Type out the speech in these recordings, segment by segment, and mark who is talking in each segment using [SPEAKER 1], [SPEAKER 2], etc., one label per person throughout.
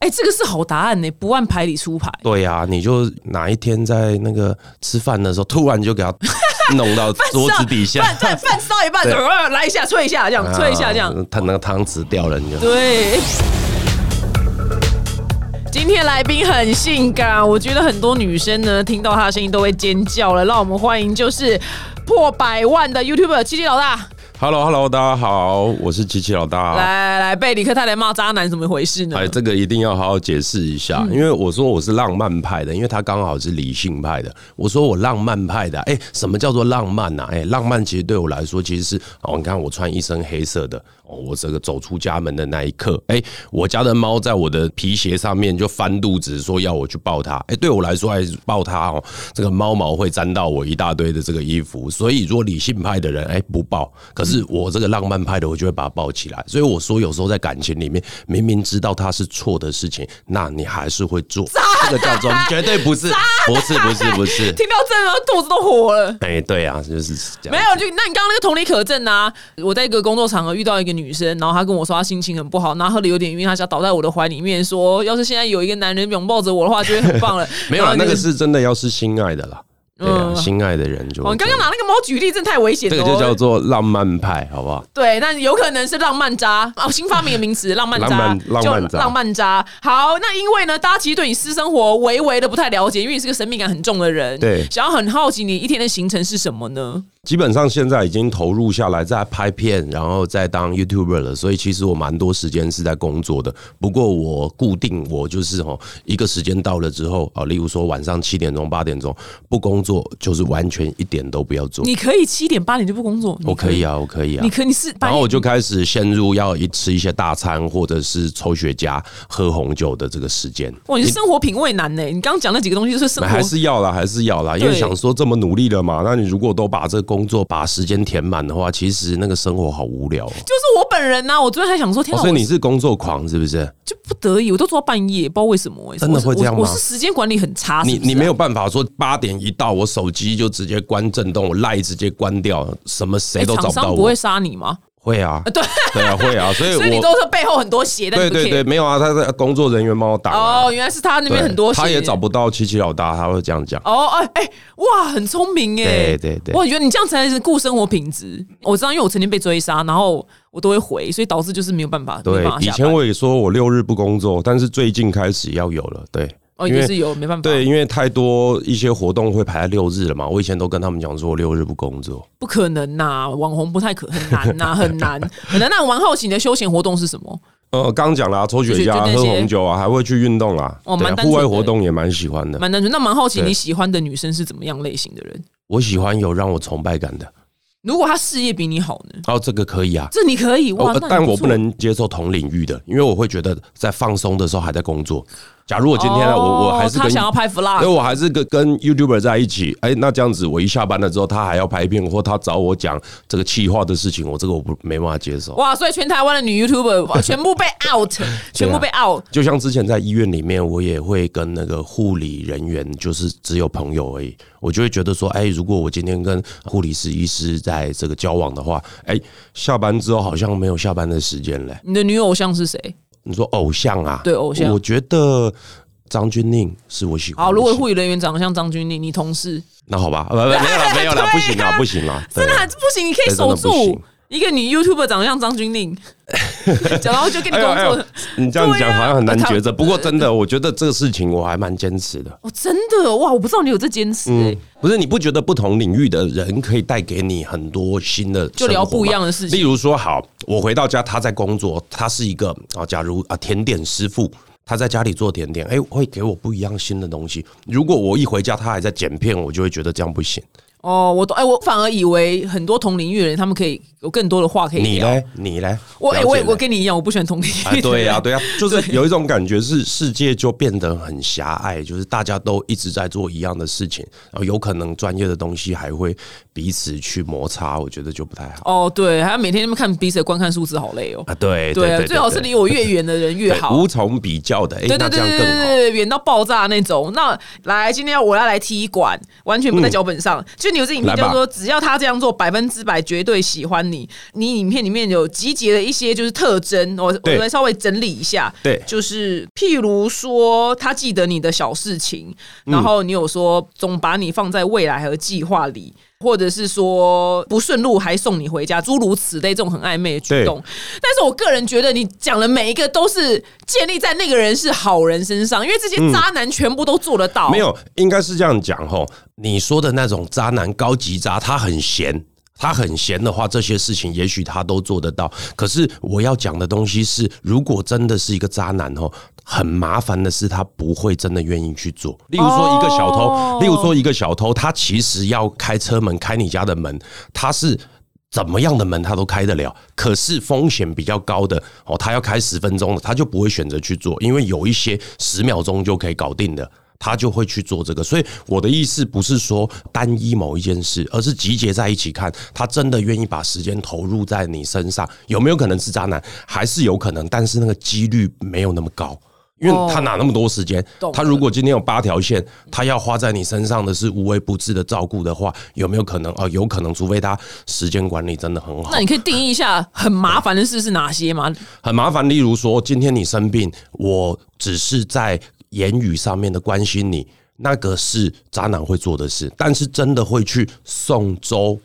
[SPEAKER 1] 哎、这个是好答案呢、不按牌理出牌。
[SPEAKER 2] 对呀、你就哪一天在那个吃饭的时候，突然就给它弄到桌子底下，
[SPEAKER 1] 饭饭饭烧一半，
[SPEAKER 2] 对
[SPEAKER 1] 呃来一下，吹一下，这样吹一下，这样。
[SPEAKER 2] 啊，它那个汤匙掉了，你就
[SPEAKER 1] 对。今天来宾很性感，我觉得很多女生呢听到她的声音都会尖叫了。让我们欢迎就是破百万的 YouTuber 七七老大，
[SPEAKER 2] Hello Hello，大家好，我是琪琪老大。
[SPEAKER 1] 来来来，被李克太太骂渣男怎么回事呢？
[SPEAKER 2] 哎，这个一定要好好解释一下，因为我说我是浪漫派的，因为他刚好是理性派的。我说我浪漫派的，哎，什么叫做浪漫呐、啊？哎，浪漫其实对我来说，其实是哦，你看我穿一身黑色的，哦，我这个走出家门的那一刻，哎，我家的猫在我的皮鞋上面就翻肚子，说要我去抱它。哎，对我来说，还是抱它哦，这个猫毛会沾到我一大堆的这个衣服，所以如果理性派的人，哎，不抱，可是我这个浪漫派的，我就会把它抱起来。所以我说，有时候在感情里面，明明知道它是错的事情，那你还是会做，这个叫做绝对不是，不是，不是，不是。
[SPEAKER 1] 听到这个肚子都火了。
[SPEAKER 2] 哎，对啊，就是这
[SPEAKER 1] 没
[SPEAKER 2] 样。
[SPEAKER 1] 有，就那你刚刚那个同理可证啊！我在一个工作场合遇到一个女生，然后她跟我说她心情很不好，然后喝的有点晕，她想倒在我的怀里面，说要是现在有一个男人拥抱着我的话，就会很棒了。
[SPEAKER 2] 没有啦，
[SPEAKER 1] 然后
[SPEAKER 2] 那
[SPEAKER 1] 就
[SPEAKER 2] 个是真的，要是心爱的啦，对啊，
[SPEAKER 1] 嗯
[SPEAKER 2] 心爱的人就
[SPEAKER 1] 哦，你刚刚拿那个猫举例，真的太危险了
[SPEAKER 2] 这
[SPEAKER 1] 哦。
[SPEAKER 2] 个就叫做浪漫派，好不好？
[SPEAKER 1] 对，但有可能是浪漫渣哦，新发明的名词，浪漫渣，
[SPEAKER 2] 浪漫
[SPEAKER 1] 就
[SPEAKER 2] 浪漫渣
[SPEAKER 1] 浪漫渣。好，那因为呢，大家其实对你私生活微微的不太了解，因为你是个神秘感很重的人，
[SPEAKER 2] 对
[SPEAKER 1] 想要很好奇你一天的行程是什么呢？
[SPEAKER 2] 基本上现在已经投入下来，在拍片，然后再当 YouTuber 了，所以其实我蛮多时间是在工作的。不过我固定我就是吼，一个时间到了之后啊，例如说晚上七点钟、八点钟不工作，就是完全一点都不要做。
[SPEAKER 1] 你可以七点八点就不工作，
[SPEAKER 2] 我可以
[SPEAKER 1] 啊，
[SPEAKER 2] 啊，我可以啊
[SPEAKER 1] 你。可以你是半夜，
[SPEAKER 2] 然后我就开始陷入要一吃一些大餐，或者是抽雪茄、喝红酒的这个时间。
[SPEAKER 1] 哇，你是生活品味男呢？你刚刚讲那几个东西就是生活
[SPEAKER 2] 还是要啦，还是要啦，因为
[SPEAKER 1] 对
[SPEAKER 2] 想说这么努力了嘛，那你如果都把这个工作把时间填满的话，其实那个生活好无聊、哦。
[SPEAKER 1] 就是我本人呐、啊我昨天还想说，天
[SPEAKER 2] 哦
[SPEAKER 1] 哪，
[SPEAKER 2] 所以
[SPEAKER 1] 我啊
[SPEAKER 2] 你是工作狂是不是？
[SPEAKER 1] 就不得已，我都做到半夜，不知道为什么、欸。
[SPEAKER 2] 真的会这样吗
[SPEAKER 1] 我我是时间管理很差，
[SPEAKER 2] 你
[SPEAKER 1] 是不是啊
[SPEAKER 2] 你没有办法说八点一到，我手机就直接关震动，我赖直接关掉，什么谁
[SPEAKER 1] 欸
[SPEAKER 2] 都找
[SPEAKER 1] 厂
[SPEAKER 2] 不到
[SPEAKER 1] 商不
[SPEAKER 2] 我
[SPEAKER 1] 会。杀你吗？
[SPEAKER 2] 会啊，
[SPEAKER 1] 对
[SPEAKER 2] 对啊，会 啊，所以
[SPEAKER 1] 所以你
[SPEAKER 2] 我
[SPEAKER 1] 都是背后很多鞋，但
[SPEAKER 2] 对
[SPEAKER 1] 你不
[SPEAKER 2] 对
[SPEAKER 1] care
[SPEAKER 2] 对，没有啊，他的工作人员帮我打啊，
[SPEAKER 1] 哦，原来是他那边
[SPEAKER 2] 对
[SPEAKER 1] 很多鞋，
[SPEAKER 2] 他也找不到七七老大，他会这样讲。
[SPEAKER 1] 哦，哎、哎、哇，很聪明哎、
[SPEAKER 2] 对对对
[SPEAKER 1] 我觉得你这样才是顾生活品质。我知道，因为我曾经被追杀，然后我都会回，所以导致就是没有办法。没
[SPEAKER 2] 对
[SPEAKER 1] 办法，
[SPEAKER 2] 以
[SPEAKER 1] 下班
[SPEAKER 2] 前我也说我六日不工作，但是最近开始要有了，对，
[SPEAKER 1] 哦
[SPEAKER 2] 因为
[SPEAKER 1] 也是有没办法，
[SPEAKER 2] 对，，因为太多一些活动会排在六日了嘛，我以前都跟他们讲说我六日不工作。
[SPEAKER 1] 不可能呐、网红不太可，很难 呐、很难很难。那我蛮好奇你的休闲活动是什么？
[SPEAKER 2] 呃，刚讲啦，抽雪
[SPEAKER 1] 就
[SPEAKER 2] 茄、
[SPEAKER 1] 就那些
[SPEAKER 2] 喝红酒啊，还会去运动啦，
[SPEAKER 1] 哦
[SPEAKER 2] 对
[SPEAKER 1] 蛮
[SPEAKER 2] 啊，
[SPEAKER 1] 单纯
[SPEAKER 2] 户外
[SPEAKER 1] 的
[SPEAKER 2] 活动也蛮喜欢的。
[SPEAKER 1] 蛮单纯。那蛮好奇
[SPEAKER 2] 对
[SPEAKER 1] 你喜欢的女生是怎么样类型的人？
[SPEAKER 2] 我喜欢有让我崇拜感的，
[SPEAKER 1] 如果她事业比你好呢？
[SPEAKER 2] 哦，这个可以啊。
[SPEAKER 1] 这你可以哇，
[SPEAKER 2] 哦
[SPEAKER 1] 那你
[SPEAKER 2] 但我
[SPEAKER 1] 错
[SPEAKER 2] 不。能接受同领域的，因为我会觉得在放松的时候还在工作。假如我今天啊，我我还
[SPEAKER 1] 哦
[SPEAKER 2] 是
[SPEAKER 1] 他
[SPEAKER 2] 跟，
[SPEAKER 1] 想要拍
[SPEAKER 2] 因为
[SPEAKER 1] vlog，
[SPEAKER 2] 我还是跟跟 YouTuber 在一起，哎，那这样子我一下班了之后，他还要拍片或他找我讲这个气话的事情，我这个我不没办法接受。
[SPEAKER 1] 哇！所以全台湾的女 YouTuber 哇全 部被 out，全
[SPEAKER 2] 啊
[SPEAKER 1] 部被 out。
[SPEAKER 2] 就像之前在医院里面，我也会跟那个护理人员，就是只有朋友而已，我就会觉得说，哎、如果我今天跟护理师、医师在这个交往的话，哎、下班之后好像没有下班的时间嘞、
[SPEAKER 1] 你的女偶像是谁？
[SPEAKER 2] 你说偶像啊？
[SPEAKER 1] 对偶像
[SPEAKER 2] 我觉得张钧甯是我喜欢的型。
[SPEAKER 1] 好，如果护理人员长得像张钧甯，你同事
[SPEAKER 2] 那好吧，呃不不 没有
[SPEAKER 1] 啊
[SPEAKER 2] 了，没有了，不行啦，不行啦，
[SPEAKER 1] 真的
[SPEAKER 2] 对
[SPEAKER 1] 还不行，你可以
[SPEAKER 2] 对真
[SPEAKER 1] 守
[SPEAKER 2] 的不行
[SPEAKER 1] 住一个女 YouTuber 长得像张钧 甯，然后就跟你
[SPEAKER 2] 哎呦
[SPEAKER 1] 工
[SPEAKER 2] 哎
[SPEAKER 1] 作
[SPEAKER 2] 呦。，你这 样
[SPEAKER 1] 对
[SPEAKER 2] 讲
[SPEAKER 1] 啊
[SPEAKER 2] 好像很难
[SPEAKER 1] 他
[SPEAKER 2] 抉择。不过真的，我觉得这个事情我还蛮坚持的。
[SPEAKER 1] 哦，真的哇！我不知道你有这坚
[SPEAKER 2] 嗯
[SPEAKER 1] 持欸
[SPEAKER 2] 不是你不觉得不同领域的人可以带给你很多新的生活吗，
[SPEAKER 1] 就聊不一样的事情
[SPEAKER 2] 例如说，好，我回到家，他在工作，他是一个啊，假如啊甜点师傅。他在家里做甜点，哎、会给我不一样新的东西。如果我一回家，他还在剪片，我就会觉得这样不行。
[SPEAKER 1] 哦，我懂，哎，我反而以为很多同领域的人，他们可以有更多的话可以
[SPEAKER 2] 你
[SPEAKER 1] 聊。
[SPEAKER 2] 嘞？你嘞？
[SPEAKER 1] 我
[SPEAKER 2] 了
[SPEAKER 1] 哎、
[SPEAKER 2] 解
[SPEAKER 1] 我也
[SPEAKER 2] 嘞
[SPEAKER 1] 我跟你一样，我不喜欢同领域的
[SPEAKER 2] 啊
[SPEAKER 1] 人、，
[SPEAKER 2] 对呀、对呀、就是有一种感觉是世界就变得很狭隘，就是大家都一直在做一样的事情，然后有可能专业的东西还会彼此去摩擦，我觉得就不太好。
[SPEAKER 1] 哦，对，还要每天那么看彼此的观看数字，好累哦。
[SPEAKER 2] 啊，对
[SPEAKER 1] 对啊
[SPEAKER 2] 对，
[SPEAKER 1] 最好是离我越远的人越
[SPEAKER 2] 对
[SPEAKER 1] 好。啊
[SPEAKER 2] 无从比较的，哎，
[SPEAKER 1] 对
[SPEAKER 2] 那
[SPEAKER 1] 对
[SPEAKER 2] 这
[SPEAKER 1] 对
[SPEAKER 2] 样
[SPEAKER 1] 对对
[SPEAKER 2] 更好。
[SPEAKER 1] 对，远到爆炸那种。那来，今天我要来踢馆，完全不在脚本上。就你有支影片
[SPEAKER 2] 嗯来吧
[SPEAKER 1] 叫做“只要他这样做，百分之百绝对喜欢你”。你影片里面有集结了一些就是特征，我我
[SPEAKER 2] 对
[SPEAKER 1] 来稍微整理一下。
[SPEAKER 2] 对
[SPEAKER 1] 就是譬如说他记得你的小事情，
[SPEAKER 2] 嗯
[SPEAKER 1] 然后你有说总把你放在未来和计划里。或者是说不顺路还送你回家，诸如此类这种很暧昧的举动。但是我个人觉得你讲的每一个都是建立在那个人是好人身上，因为这些渣男全部都做得到。
[SPEAKER 2] 没有，应该是这样讲吼。你说的那种渣男、高级渣，他很闲。他很闲的话，这些事情也许他都做得到。可是我要讲的东西是，如果真的是一个渣男哦，很麻烦的是他不会真的愿意去做。例如说一个小偷，
[SPEAKER 1] 哦
[SPEAKER 2] 例如说一个小偷，他其实要开车门、开你家的门，他是怎么样的门他都开得了，可是风险比较高的哦，他要开十分钟的，他就不会选择去做，因为有一些十秒钟就可以搞定的。他就会去做这个，所以我的意思不是说单一某一件事，而是集结在一起看，他真的愿意把时间投入在你身上，有没有可能是渣男？还是有可能，但是那个几率没有那么高，因为他哪那么多时间
[SPEAKER 1] 哦懂？
[SPEAKER 2] 他
[SPEAKER 1] 了
[SPEAKER 2] 如果今天有八条线，他要花在你身上的是无微不至的照顾的话，有没有可能？哦、有可能，除非他时间管理真的很好
[SPEAKER 1] 那。你可以定义一下很麻烦的事是哪些吗？
[SPEAKER 2] 很麻烦。例如说，今天你生病，我只是在言语上面的关心你，那个是渣男会做的事，但是真的会去送粥。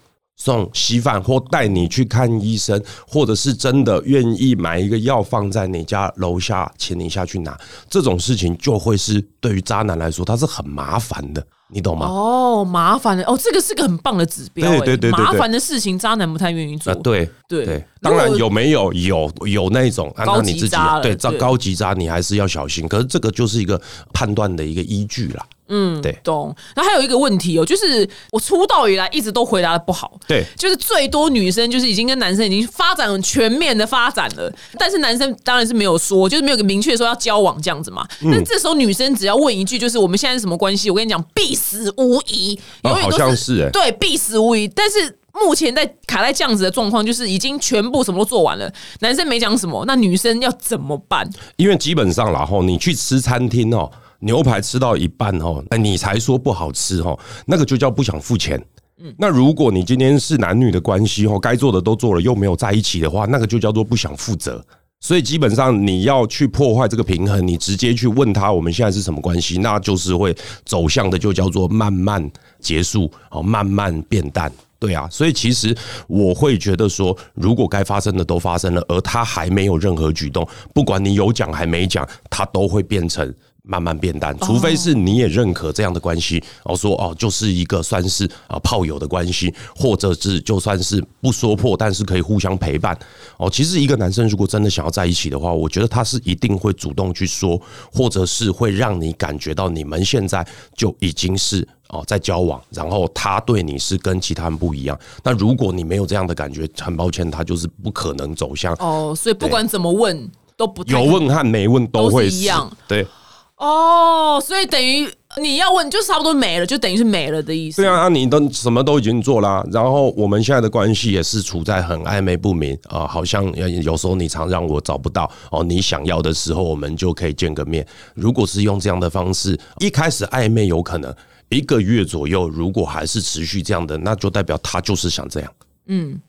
[SPEAKER 2] 送稀饭，或带你去看医生，或者是真的愿意买一个药放在你家楼下，请你下去拿，这种事情就会是对于渣男来说，它是很麻烦的，你懂吗？
[SPEAKER 1] 哦，麻烦的哦，这个是个很棒的指标、欸。
[SPEAKER 2] 对对对对对
[SPEAKER 1] 麻烦的事情渣男不太愿意做。
[SPEAKER 2] 啊，对
[SPEAKER 1] 对
[SPEAKER 2] 当然
[SPEAKER 1] 如果
[SPEAKER 2] 有没有有有那种，啊、
[SPEAKER 1] 高
[SPEAKER 2] 那
[SPEAKER 1] 级
[SPEAKER 2] 你自己
[SPEAKER 1] 渣了
[SPEAKER 2] 对照
[SPEAKER 1] 对
[SPEAKER 2] 高级渣，你还是要小心。可是这个就是一个判断的一个依据啦。嗯，对
[SPEAKER 1] 懂。然后还有一个问题哦，就是我出道以来一直都回答的不好。
[SPEAKER 2] 对
[SPEAKER 1] 就是最多女生就是已经跟男生已经发展很全面的发展了，但是男生当然是没有说，就是没有个明确说要交往这样子嘛。
[SPEAKER 2] 嗯
[SPEAKER 1] 但这时候女生只要问一句，就是我们现在是什么关系？我跟你讲，必死无疑，
[SPEAKER 2] 哦
[SPEAKER 1] 永远都
[SPEAKER 2] 好像是欸
[SPEAKER 1] 对，必死无疑。但是目前在卡在这样子的状况，就是已经全部什么都做完了，男生没讲什么，那女生要怎么办？
[SPEAKER 2] 因为基本上啦，吼，你去吃餐厅哦，牛排吃到一半哦，哎你才说不好吃哦，那个就叫不想付钱。
[SPEAKER 1] 嗯
[SPEAKER 2] 那如果你今天是男女的关系哦，该做的都做了，又没有在一起的话，那个就叫做不想负责。所以基本上你要去破坏这个平衡，你直接去问他我们现在是什么关系，那就是会走向的就叫做慢慢结束，哦，慢慢变淡。对啊，所以其实我会觉得说，如果该发生的都发生了，而他还没有任何举动，不管你有讲还没讲，他都会变成慢慢变
[SPEAKER 1] 哦
[SPEAKER 2] 淡，除非是你也认可这样的关系，哦，说哦，就是一个算是啊炮友的关系，或者是就算是不说破，但是可以互相陪伴。哦，其实一个男生如果真的想要在一起的话，我觉得他是一定会主动去说，或者是会让你感觉到你们现在就已经是。哦，在交往，然后他对你是跟其他人不一样。那如果你没有这样的感觉，很抱歉，他就是不可能走向
[SPEAKER 1] 哦，所以不管怎么问都不太
[SPEAKER 2] 有问和没问都
[SPEAKER 1] 都是
[SPEAKER 2] 会
[SPEAKER 1] 一样。
[SPEAKER 2] 对，
[SPEAKER 1] 哦，所以等于你要问就差不多没了，就等于是没了的意思。
[SPEAKER 2] 对啊，啊，你都什么都已经做啦、然后我们现在的关系也是处在很暧昧不明啊、好像呃有时候你常让我找不到哦，你想要的时候我们就可以见个面。如果是用这样的方式，一开始暧昧有可能一个月左右，如果还是持续这样的，那就代表他就是想这样，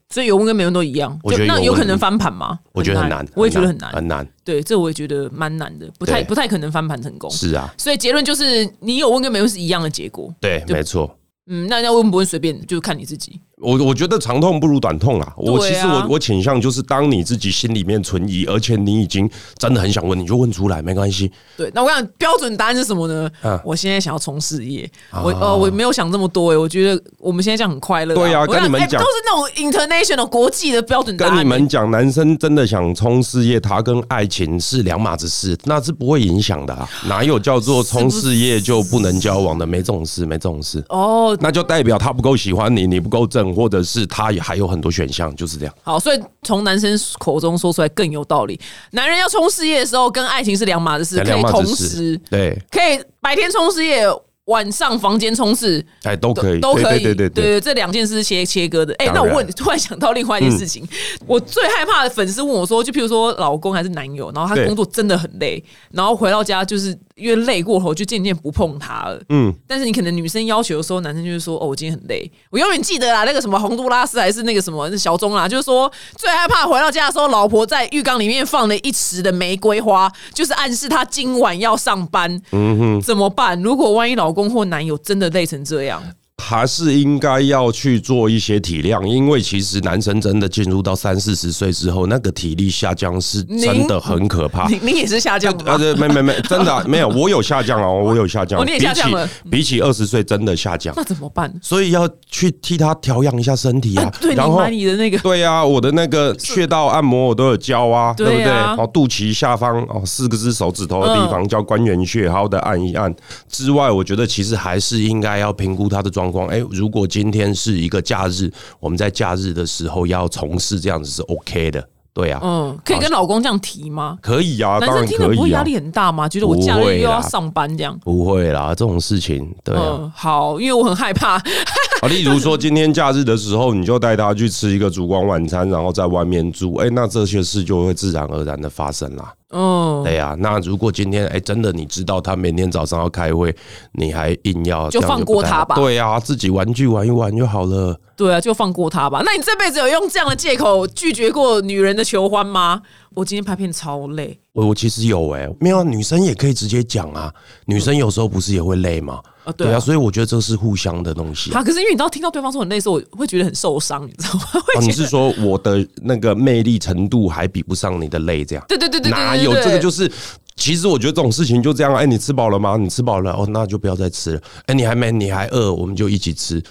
[SPEAKER 1] 所以有问跟没问都一样。
[SPEAKER 2] 我觉得
[SPEAKER 1] 就那
[SPEAKER 2] 有
[SPEAKER 1] 有可
[SPEAKER 2] 问
[SPEAKER 1] 能翻盘吗？
[SPEAKER 2] 我觉得很难，
[SPEAKER 1] 我也觉得很难。
[SPEAKER 2] 很难。
[SPEAKER 1] 对，这我也觉得蛮难的，不太
[SPEAKER 2] 对
[SPEAKER 1] 不太可能翻盘成功。
[SPEAKER 2] 是啊，
[SPEAKER 1] 所以结论就是，你有问跟没问是一样的结果。
[SPEAKER 2] 对，没错。
[SPEAKER 1] 嗯，那要问不问随便，就看你自己。
[SPEAKER 2] 我我觉得长痛不如短痛啦。我
[SPEAKER 1] 对啊
[SPEAKER 2] 其实我我倾向就是，当你自己心里面存疑，而且你已经真的很想问，你就问出来，没关系。
[SPEAKER 1] 对，那我想标准答案是什么呢？
[SPEAKER 2] 嗯哦
[SPEAKER 1] 我现在想要冲事业，我呃我没有想这么多哎、我觉得我们现在这样很快乐啊、
[SPEAKER 2] 对啊
[SPEAKER 1] 我
[SPEAKER 2] 跟
[SPEAKER 1] 想
[SPEAKER 2] 你们
[SPEAKER 1] 哎
[SPEAKER 2] 讲
[SPEAKER 1] 都是那种 international 国际的标准答案、
[SPEAKER 2] 跟你
[SPEAKER 1] 哎
[SPEAKER 2] 们讲，男生真的想冲事业，他跟爱情是两码子事，那是不会影响的、啊。哪有叫做冲事业就不能交往的？没这种事，没这种事。
[SPEAKER 1] 哦，
[SPEAKER 2] 那就代表他不够喜欢你，你不够正，或者是他也还有很多选项，就是这样。
[SPEAKER 1] 好，所以从男生口中说出来更有道理。男人要冲事业的时候，跟爱情是两码子事，可
[SPEAKER 2] 两
[SPEAKER 1] 以
[SPEAKER 2] 码
[SPEAKER 1] 同
[SPEAKER 2] 子
[SPEAKER 1] 时
[SPEAKER 2] 事，，对，
[SPEAKER 1] 可以白天冲事业，晚上房间冲事，
[SPEAKER 2] 哎，都可以，
[SPEAKER 1] 都可以，
[SPEAKER 2] 对对对对对。
[SPEAKER 1] 这两件事是切切割的。哎、
[SPEAKER 2] 当
[SPEAKER 1] 那我
[SPEAKER 2] 然嗯
[SPEAKER 1] 问，突然想到另外一件事情，我最害怕的粉丝问我说，就譬如说老公还是男友，然后他
[SPEAKER 2] 对
[SPEAKER 1] 工作真的很累，然后回到家就是因为累过后就渐渐不碰它了。嗯，但是你可能女生要求的时候，男生就是说：“哦，我今天很累。”我永远记得啦，那个什么洪都拉斯还是那个什么小钟啦，就是说最害怕回到家的时候，老婆在浴缸里面放了一池的玫瑰花，就是暗示他今晚要上班。嗯哼，怎么办？如果万一老公或男友真的累成这样，
[SPEAKER 2] 还是应该要去做一些体谅，因为其实男生真的进入到三四十岁之后，那个体力下降是真的很可怕。
[SPEAKER 1] 你你也是下降
[SPEAKER 2] 啊，
[SPEAKER 1] 吧？
[SPEAKER 2] 对，没没没，真 的啊、没有，我有下降哦，我有下降，
[SPEAKER 1] 哦你也下降了
[SPEAKER 2] 比起比起二十岁真的下 降，
[SPEAKER 1] 那怎么办？
[SPEAKER 2] 所以要去替他调养一下身体啊
[SPEAKER 1] 啊。对，你
[SPEAKER 2] 然后
[SPEAKER 1] 买你的那个
[SPEAKER 2] 对啊，我的那个穴道按摩我都有教啊，对
[SPEAKER 1] 对
[SPEAKER 2] 不对？
[SPEAKER 1] 啊
[SPEAKER 2] 哦，肚脐下方哦，四个只手指头的
[SPEAKER 1] 嗯
[SPEAKER 2] 地方叫关元穴，好好的按一按。之外，我觉得其实还是应该要评估他的状况。哎，如果今天是一个假日，我们在假日的时候要从事这样子是 OK 的，对啊，
[SPEAKER 1] 嗯，可以跟老公这样提吗？
[SPEAKER 2] 可以啊，
[SPEAKER 1] 男
[SPEAKER 2] 当
[SPEAKER 1] 生
[SPEAKER 2] 然
[SPEAKER 1] 听了
[SPEAKER 2] 可
[SPEAKER 1] 不会
[SPEAKER 2] 以
[SPEAKER 1] 压
[SPEAKER 2] 啊，
[SPEAKER 1] 力很大吗？觉得我假日
[SPEAKER 2] 不会
[SPEAKER 1] 又要
[SPEAKER 2] 啦
[SPEAKER 1] 上班这样？
[SPEAKER 2] 不会啦，这种事情，对啊。
[SPEAKER 1] 嗯，好，因为我很害怕。
[SPEAKER 2] 啊，例如说今天假日的时候，你就带他去吃一个烛光晚餐，然后在外面住，哎、那这些事就会自然而然的发生啦。
[SPEAKER 1] 嗯，
[SPEAKER 2] 对呀、啊那如果今天哎、真的你知道他每天早上要开会，你还硬要
[SPEAKER 1] 就
[SPEAKER 2] 这样
[SPEAKER 1] 放过
[SPEAKER 2] 不太好
[SPEAKER 1] 他吧
[SPEAKER 2] 对呀、啊自己玩具玩一玩就好了。
[SPEAKER 1] 对啊，就放过他吧。那你这辈子有用这样的借口拒绝过女人的求欢吗？我今天拍片超累，
[SPEAKER 2] 我我其实有哎、没有啊、女生也可以直接讲啊，女生有时候不是也会累吗？
[SPEAKER 1] 啊对啊
[SPEAKER 2] 所以我觉得这是互相的东西。
[SPEAKER 1] 啊，可是因为你知道，听到对方说很累的时候，我会觉得很受伤，你知道吗？ 会
[SPEAKER 2] 哦，
[SPEAKER 1] 觉
[SPEAKER 2] 你
[SPEAKER 1] 得
[SPEAKER 2] 是说我的那个魅力程度还比不上你的累这样？
[SPEAKER 1] 对对对对对对对
[SPEAKER 2] 哪有这个？就是是，其实我觉得这种事情就这样啊。哎、你吃饱了吗？你吃饱了哦，那就不要再吃了。哎、你还没，你还饿，我们就一起吃。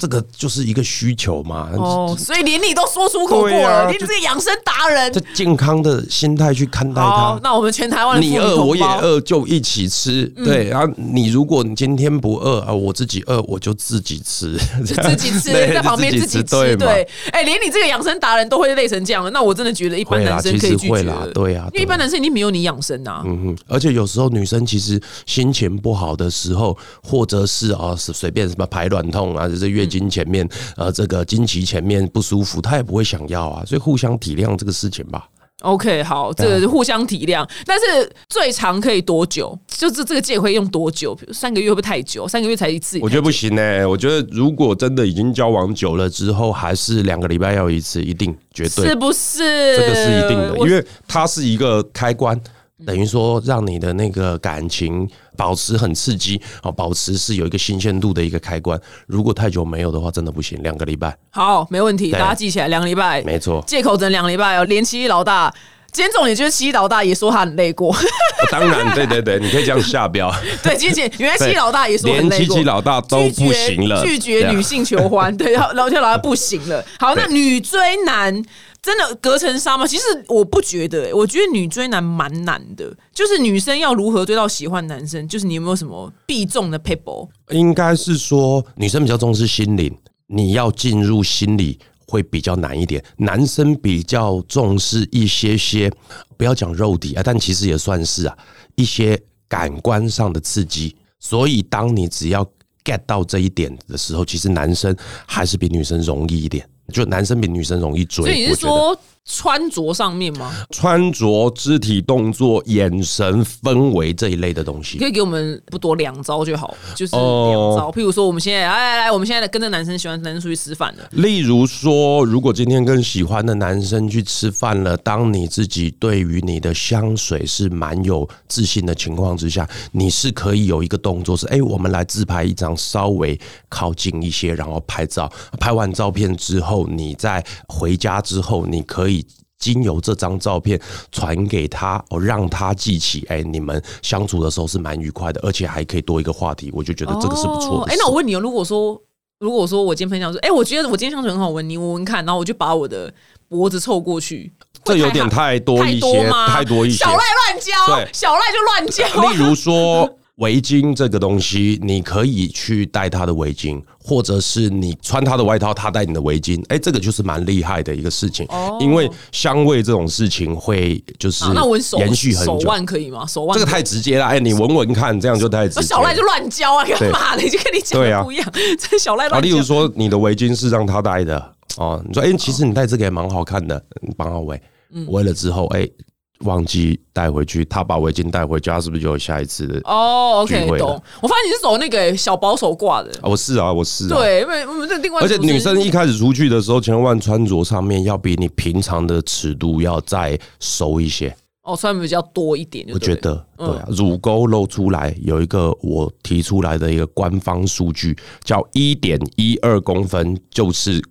[SPEAKER 2] 这个就是一个需求嘛。
[SPEAKER 1] 嗯哦，所以连你都说出口过
[SPEAKER 2] 对
[SPEAKER 1] 了，
[SPEAKER 2] 啊
[SPEAKER 1] 你这个养生达人
[SPEAKER 2] 这。健康的心态去看待
[SPEAKER 1] 好
[SPEAKER 2] 它，。
[SPEAKER 1] 那我们全台湾的妇
[SPEAKER 2] 你
[SPEAKER 1] 女
[SPEAKER 2] 饿
[SPEAKER 1] 同
[SPEAKER 2] 我也
[SPEAKER 1] 胞，
[SPEAKER 2] 饿，就一起吃。
[SPEAKER 1] 嗯
[SPEAKER 2] 对，然后你如果你今天不饿啊，我自己饿我就自己吃，
[SPEAKER 1] 就 自己吃，
[SPEAKER 2] 对
[SPEAKER 1] 在旁边自己吃，
[SPEAKER 2] 对嘛
[SPEAKER 1] 对，哎，连你这个养生达人都会累成这样了，那我真的觉得一般
[SPEAKER 2] 会啦
[SPEAKER 1] 男生
[SPEAKER 2] 其
[SPEAKER 1] 可
[SPEAKER 2] 实
[SPEAKER 1] 以拒
[SPEAKER 2] 会
[SPEAKER 1] 绝
[SPEAKER 2] 啦
[SPEAKER 1] 了，
[SPEAKER 2] 对啊
[SPEAKER 1] 因为一般男生一定没有你养生啊呐，
[SPEAKER 2] 嗯哼，而且有时候女生其实心情不好的时候，或者是啊随随便什么排卵痛啊，就是月经前面、呃这个经期前面不舒服，她也不会想要啊，所以互相体谅这个事情吧。
[SPEAKER 1] OK，好，
[SPEAKER 2] 啊
[SPEAKER 1] 这个是互相体谅。但是最长可以多久？就是这个借口用多久？比如三个月会不会太久？三个月才一次？
[SPEAKER 2] 我觉得不行呢、我觉得如果真的已经交往久了之后，还是两个礼拜要一次，一定绝对
[SPEAKER 1] 是不是？
[SPEAKER 2] 这个是一定的，
[SPEAKER 1] 我嗯
[SPEAKER 2] 因为它是一个开关。等于说，让你的那个感情保持很刺激哦，保持是有一个新鲜度的一个开关。如果太久没有的话，真的不行，两个礼拜。
[SPEAKER 1] 好，没问题，
[SPEAKER 2] 对
[SPEAKER 1] 大家记起来，两个礼拜，，
[SPEAKER 2] 没错
[SPEAKER 1] 借口整两个礼拜哦。连七一老大，今天重点就是七一老大也说他很累过，
[SPEAKER 2] 当然，对对对，你可以这样下标，
[SPEAKER 1] 对，今天原来七
[SPEAKER 2] 对
[SPEAKER 1] 一老大也说很
[SPEAKER 2] 连
[SPEAKER 1] 累
[SPEAKER 2] 七
[SPEAKER 1] 过，
[SPEAKER 2] 七老大都不行了，
[SPEAKER 1] 拒绝拒
[SPEAKER 2] 对
[SPEAKER 1] 绝
[SPEAKER 2] 啊
[SPEAKER 1] 女性求 欢，对，然后然后就老大不行了。好，那
[SPEAKER 2] 对
[SPEAKER 1] 女追男真的隔层纱吗？其实我不觉得、欸，我觉得女追男蛮难的，就是女生要如何追到喜欢男生，就是你有没有什么必中的 people？
[SPEAKER 2] 应该是说女生比较重视心灵，你要进入心理会比较难一点。男生比较重视一些些，不要讲肉体啊，但其实也算是啊，一些感官上的刺激。所以当你只要 get 到这一点的时候，其实男生还是比女生容易一点。就男生比女生容易追，
[SPEAKER 1] 所以你
[SPEAKER 2] 我
[SPEAKER 1] 是
[SPEAKER 2] 觉得
[SPEAKER 1] 说穿着上面吗？
[SPEAKER 2] 穿着、肢体动作、眼神、氛围这一类的东
[SPEAKER 1] 你可
[SPEAKER 2] 西？
[SPEAKER 1] 以给我们不多两招就好，就是
[SPEAKER 2] 哦
[SPEAKER 1] 两招。譬如说，我们现在哎来来来，我们现在跟着男生喜欢男生出去吃饭了，
[SPEAKER 2] 例如说，如果今天跟喜欢的男生去吃饭了，当你自己对于你的香水是蛮有自信的情况之下，你是可以有一个动作是：哎、我们来自拍一张，稍微靠近一些，然后拍照。拍完照片之后，你在回家之后，你可以经由这张照片传给他，哦，让他记起，哎、你们相处的时候是蛮愉快的，而且还可以多一个话题，我就觉得这个是不错
[SPEAKER 1] 哦
[SPEAKER 2] 的事。
[SPEAKER 1] 哎、那我问你哦，如果说如果说我今天分享说，哎、我觉得我今天香水很好闻，你闻闻看，然后我就把我的脖子凑过去，会
[SPEAKER 2] 这有点太多
[SPEAKER 1] 太
[SPEAKER 2] 一些，
[SPEAKER 1] 吗？
[SPEAKER 2] 太多一些
[SPEAKER 1] 小。赖乱交
[SPEAKER 2] 对，
[SPEAKER 1] 小赖就 乱啊交。
[SPEAKER 2] 例如说。围巾这个东西，你可以去戴他的围巾，或者是你穿他的外套，他戴你的围巾，哎、这个就是蛮厉害的一个事情。
[SPEAKER 1] 哦
[SPEAKER 2] 因为香味这种事情会就是
[SPEAKER 1] 啊那我手
[SPEAKER 2] 延续很
[SPEAKER 1] 手
[SPEAKER 2] 久，
[SPEAKER 1] 腕可以吗？手腕
[SPEAKER 2] 这个
[SPEAKER 1] 可以
[SPEAKER 2] 太直接了。哎、你闻闻看，这样就太直接
[SPEAKER 1] 呃
[SPEAKER 2] 了。
[SPEAKER 1] 小赖就乱交啊，干嘛的？就跟你讲
[SPEAKER 2] 对
[SPEAKER 1] 的
[SPEAKER 2] 啊
[SPEAKER 1] 不一样， 这小赖
[SPEAKER 2] 啊，
[SPEAKER 1] 乱哦
[SPEAKER 2] 例
[SPEAKER 1] 交
[SPEAKER 2] 如。说你的围巾是让他
[SPEAKER 1] 嗯
[SPEAKER 2] 戴的哦，你说哎、其实你戴这个也蛮好看的，嗯蛮好围。为了之后哎、忘记带回去，他把围巾带回家，是不是就有下一次的？
[SPEAKER 1] 哦
[SPEAKER 2] 聚
[SPEAKER 1] ，OK，
[SPEAKER 2] 会了啊
[SPEAKER 1] 懂。我发现你是走那个、欸小保守挂的，
[SPEAKER 2] 啊我是啊，我是啊。
[SPEAKER 1] 对，因为我们这另外一
[SPEAKER 2] 而且
[SPEAKER 1] 组是
[SPEAKER 2] 女生一开始出去的时候，千万穿着上面要比你平常的尺度要再熟一些。
[SPEAKER 1] 哦穿比较多一点就
[SPEAKER 2] 我
[SPEAKER 1] 对了，
[SPEAKER 2] 觉得，
[SPEAKER 1] 嗯
[SPEAKER 2] 对啊，乳沟露出来有一个我提出来的一个官方数据，叫一点一二公分，就是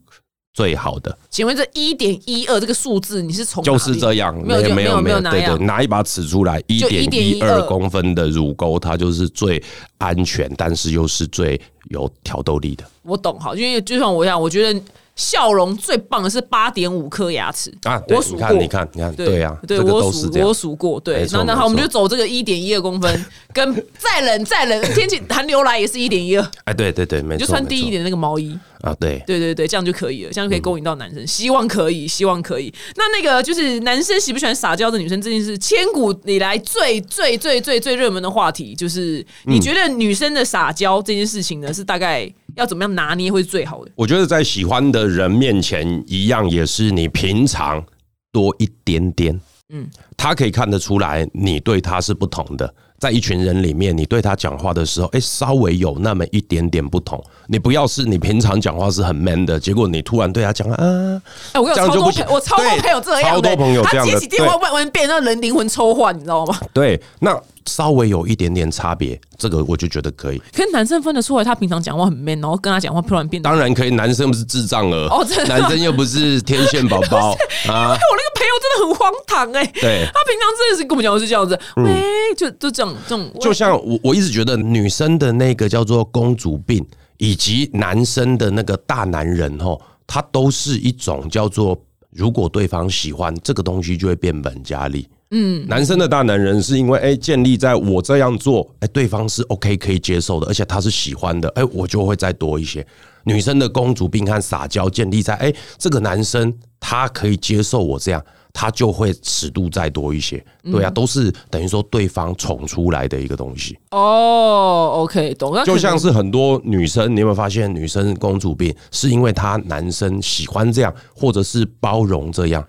[SPEAKER 2] 最好的，
[SPEAKER 1] 请问这一点一二这个数字你是从哪
[SPEAKER 2] 就
[SPEAKER 1] 里
[SPEAKER 2] 是这样，
[SPEAKER 1] 没有就
[SPEAKER 2] 没
[SPEAKER 1] 没有没有哪
[SPEAKER 2] 对
[SPEAKER 1] 样
[SPEAKER 2] 对，拿一把尺出来，一
[SPEAKER 1] 就
[SPEAKER 2] 点一二
[SPEAKER 1] 1.12
[SPEAKER 2] 公分的乳沟，它就是最安全，但是又是最有挑逗力的。
[SPEAKER 1] 我懂哈，因为就像我一样，我觉得笑容最棒的是八点五颗牙齿
[SPEAKER 2] 啊，对
[SPEAKER 1] 我数
[SPEAKER 2] 你
[SPEAKER 1] 过，
[SPEAKER 2] 看，你看，你看，对呀、
[SPEAKER 1] 对
[SPEAKER 2] 这个
[SPEAKER 1] 我
[SPEAKER 2] 都是
[SPEAKER 1] 数
[SPEAKER 2] 这
[SPEAKER 1] 我
[SPEAKER 2] 样。
[SPEAKER 1] 数过，对
[SPEAKER 2] 没，错
[SPEAKER 1] 那那好，
[SPEAKER 2] 没
[SPEAKER 1] 我们
[SPEAKER 2] 错
[SPEAKER 1] 就走这个一点一二公 分，跟再冷再冷，天气寒流来也是一点一二，
[SPEAKER 2] 哎，对对对，没
[SPEAKER 1] 你就
[SPEAKER 2] 错，
[SPEAKER 1] 穿
[SPEAKER 2] 没
[SPEAKER 1] 低一
[SPEAKER 2] 错
[SPEAKER 1] 点的那个毛衣，
[SPEAKER 2] 啊，对，
[SPEAKER 1] 对对对，这样就可以了，这样
[SPEAKER 2] 嗯
[SPEAKER 1] 可以勾引到男生，希望可以，希望可以。那那个就是男生喜不喜欢撒娇的女生，这件事千古以来最最最最最热门的话题，就是
[SPEAKER 2] 嗯
[SPEAKER 1] 你觉得女生的撒娇这件事情呢，是大概要怎么样拿捏会是最好的？
[SPEAKER 2] 我觉得在喜欢的人面前，一样也是你平常多一点点，嗯，他可以看得出来你对他是不同的。在一群人里面，你对他讲话的时候，哎、稍微有那么一点点不同。你不要是你平常讲话是很 man 的，结果你突然对他讲啊，
[SPEAKER 1] 哎、我有
[SPEAKER 2] 这样
[SPEAKER 1] 超
[SPEAKER 2] 就
[SPEAKER 1] 多朋
[SPEAKER 2] 不行
[SPEAKER 1] 友，我超多
[SPEAKER 2] 对
[SPEAKER 1] 朋友这样的、
[SPEAKER 2] 超多朋友这
[SPEAKER 1] 他
[SPEAKER 2] 样
[SPEAKER 1] 接
[SPEAKER 2] 的
[SPEAKER 1] 起电话万万变，让人灵魂抽换，你知道吗？
[SPEAKER 2] 对，那稍微有一点点差别，这个我就觉得可以。
[SPEAKER 1] 可是男生分得出来，他平常讲话很 man，然后跟他讲话突然变得。
[SPEAKER 2] 当然可以，男生不是智障儿，
[SPEAKER 1] 哦真的
[SPEAKER 2] 男生又不是天线宝 宝啊
[SPEAKER 1] 哎，，我那个朋友真的很荒唐哎、
[SPEAKER 2] 对嗯
[SPEAKER 1] 他平常真的是跟我们讲话是这样子，喂、就就这样这种，
[SPEAKER 2] 就像我我一直觉得女生的那个叫做公主病，以及男生的那个大男人吼，他都是一种叫做，如果对方喜欢这个东西，就会变本加厉。嗯，男生的大男人是因为哎、建立在我这样做，哎、对方是 OK 可以接受的，而且他是喜欢的，哎、我就会再多一些。女生的公主病和撒娇建立在哎、这个男生他可以接受我这样，他就会尺度再多一些。对啊，都是等于说对方宠出来的一个东西。
[SPEAKER 1] 哦，OK，懂。那可
[SPEAKER 2] 就
[SPEAKER 1] 能
[SPEAKER 2] 像是很多女生，你有没有发现女生公主病是因为她男生喜欢这样，或者是包容这样？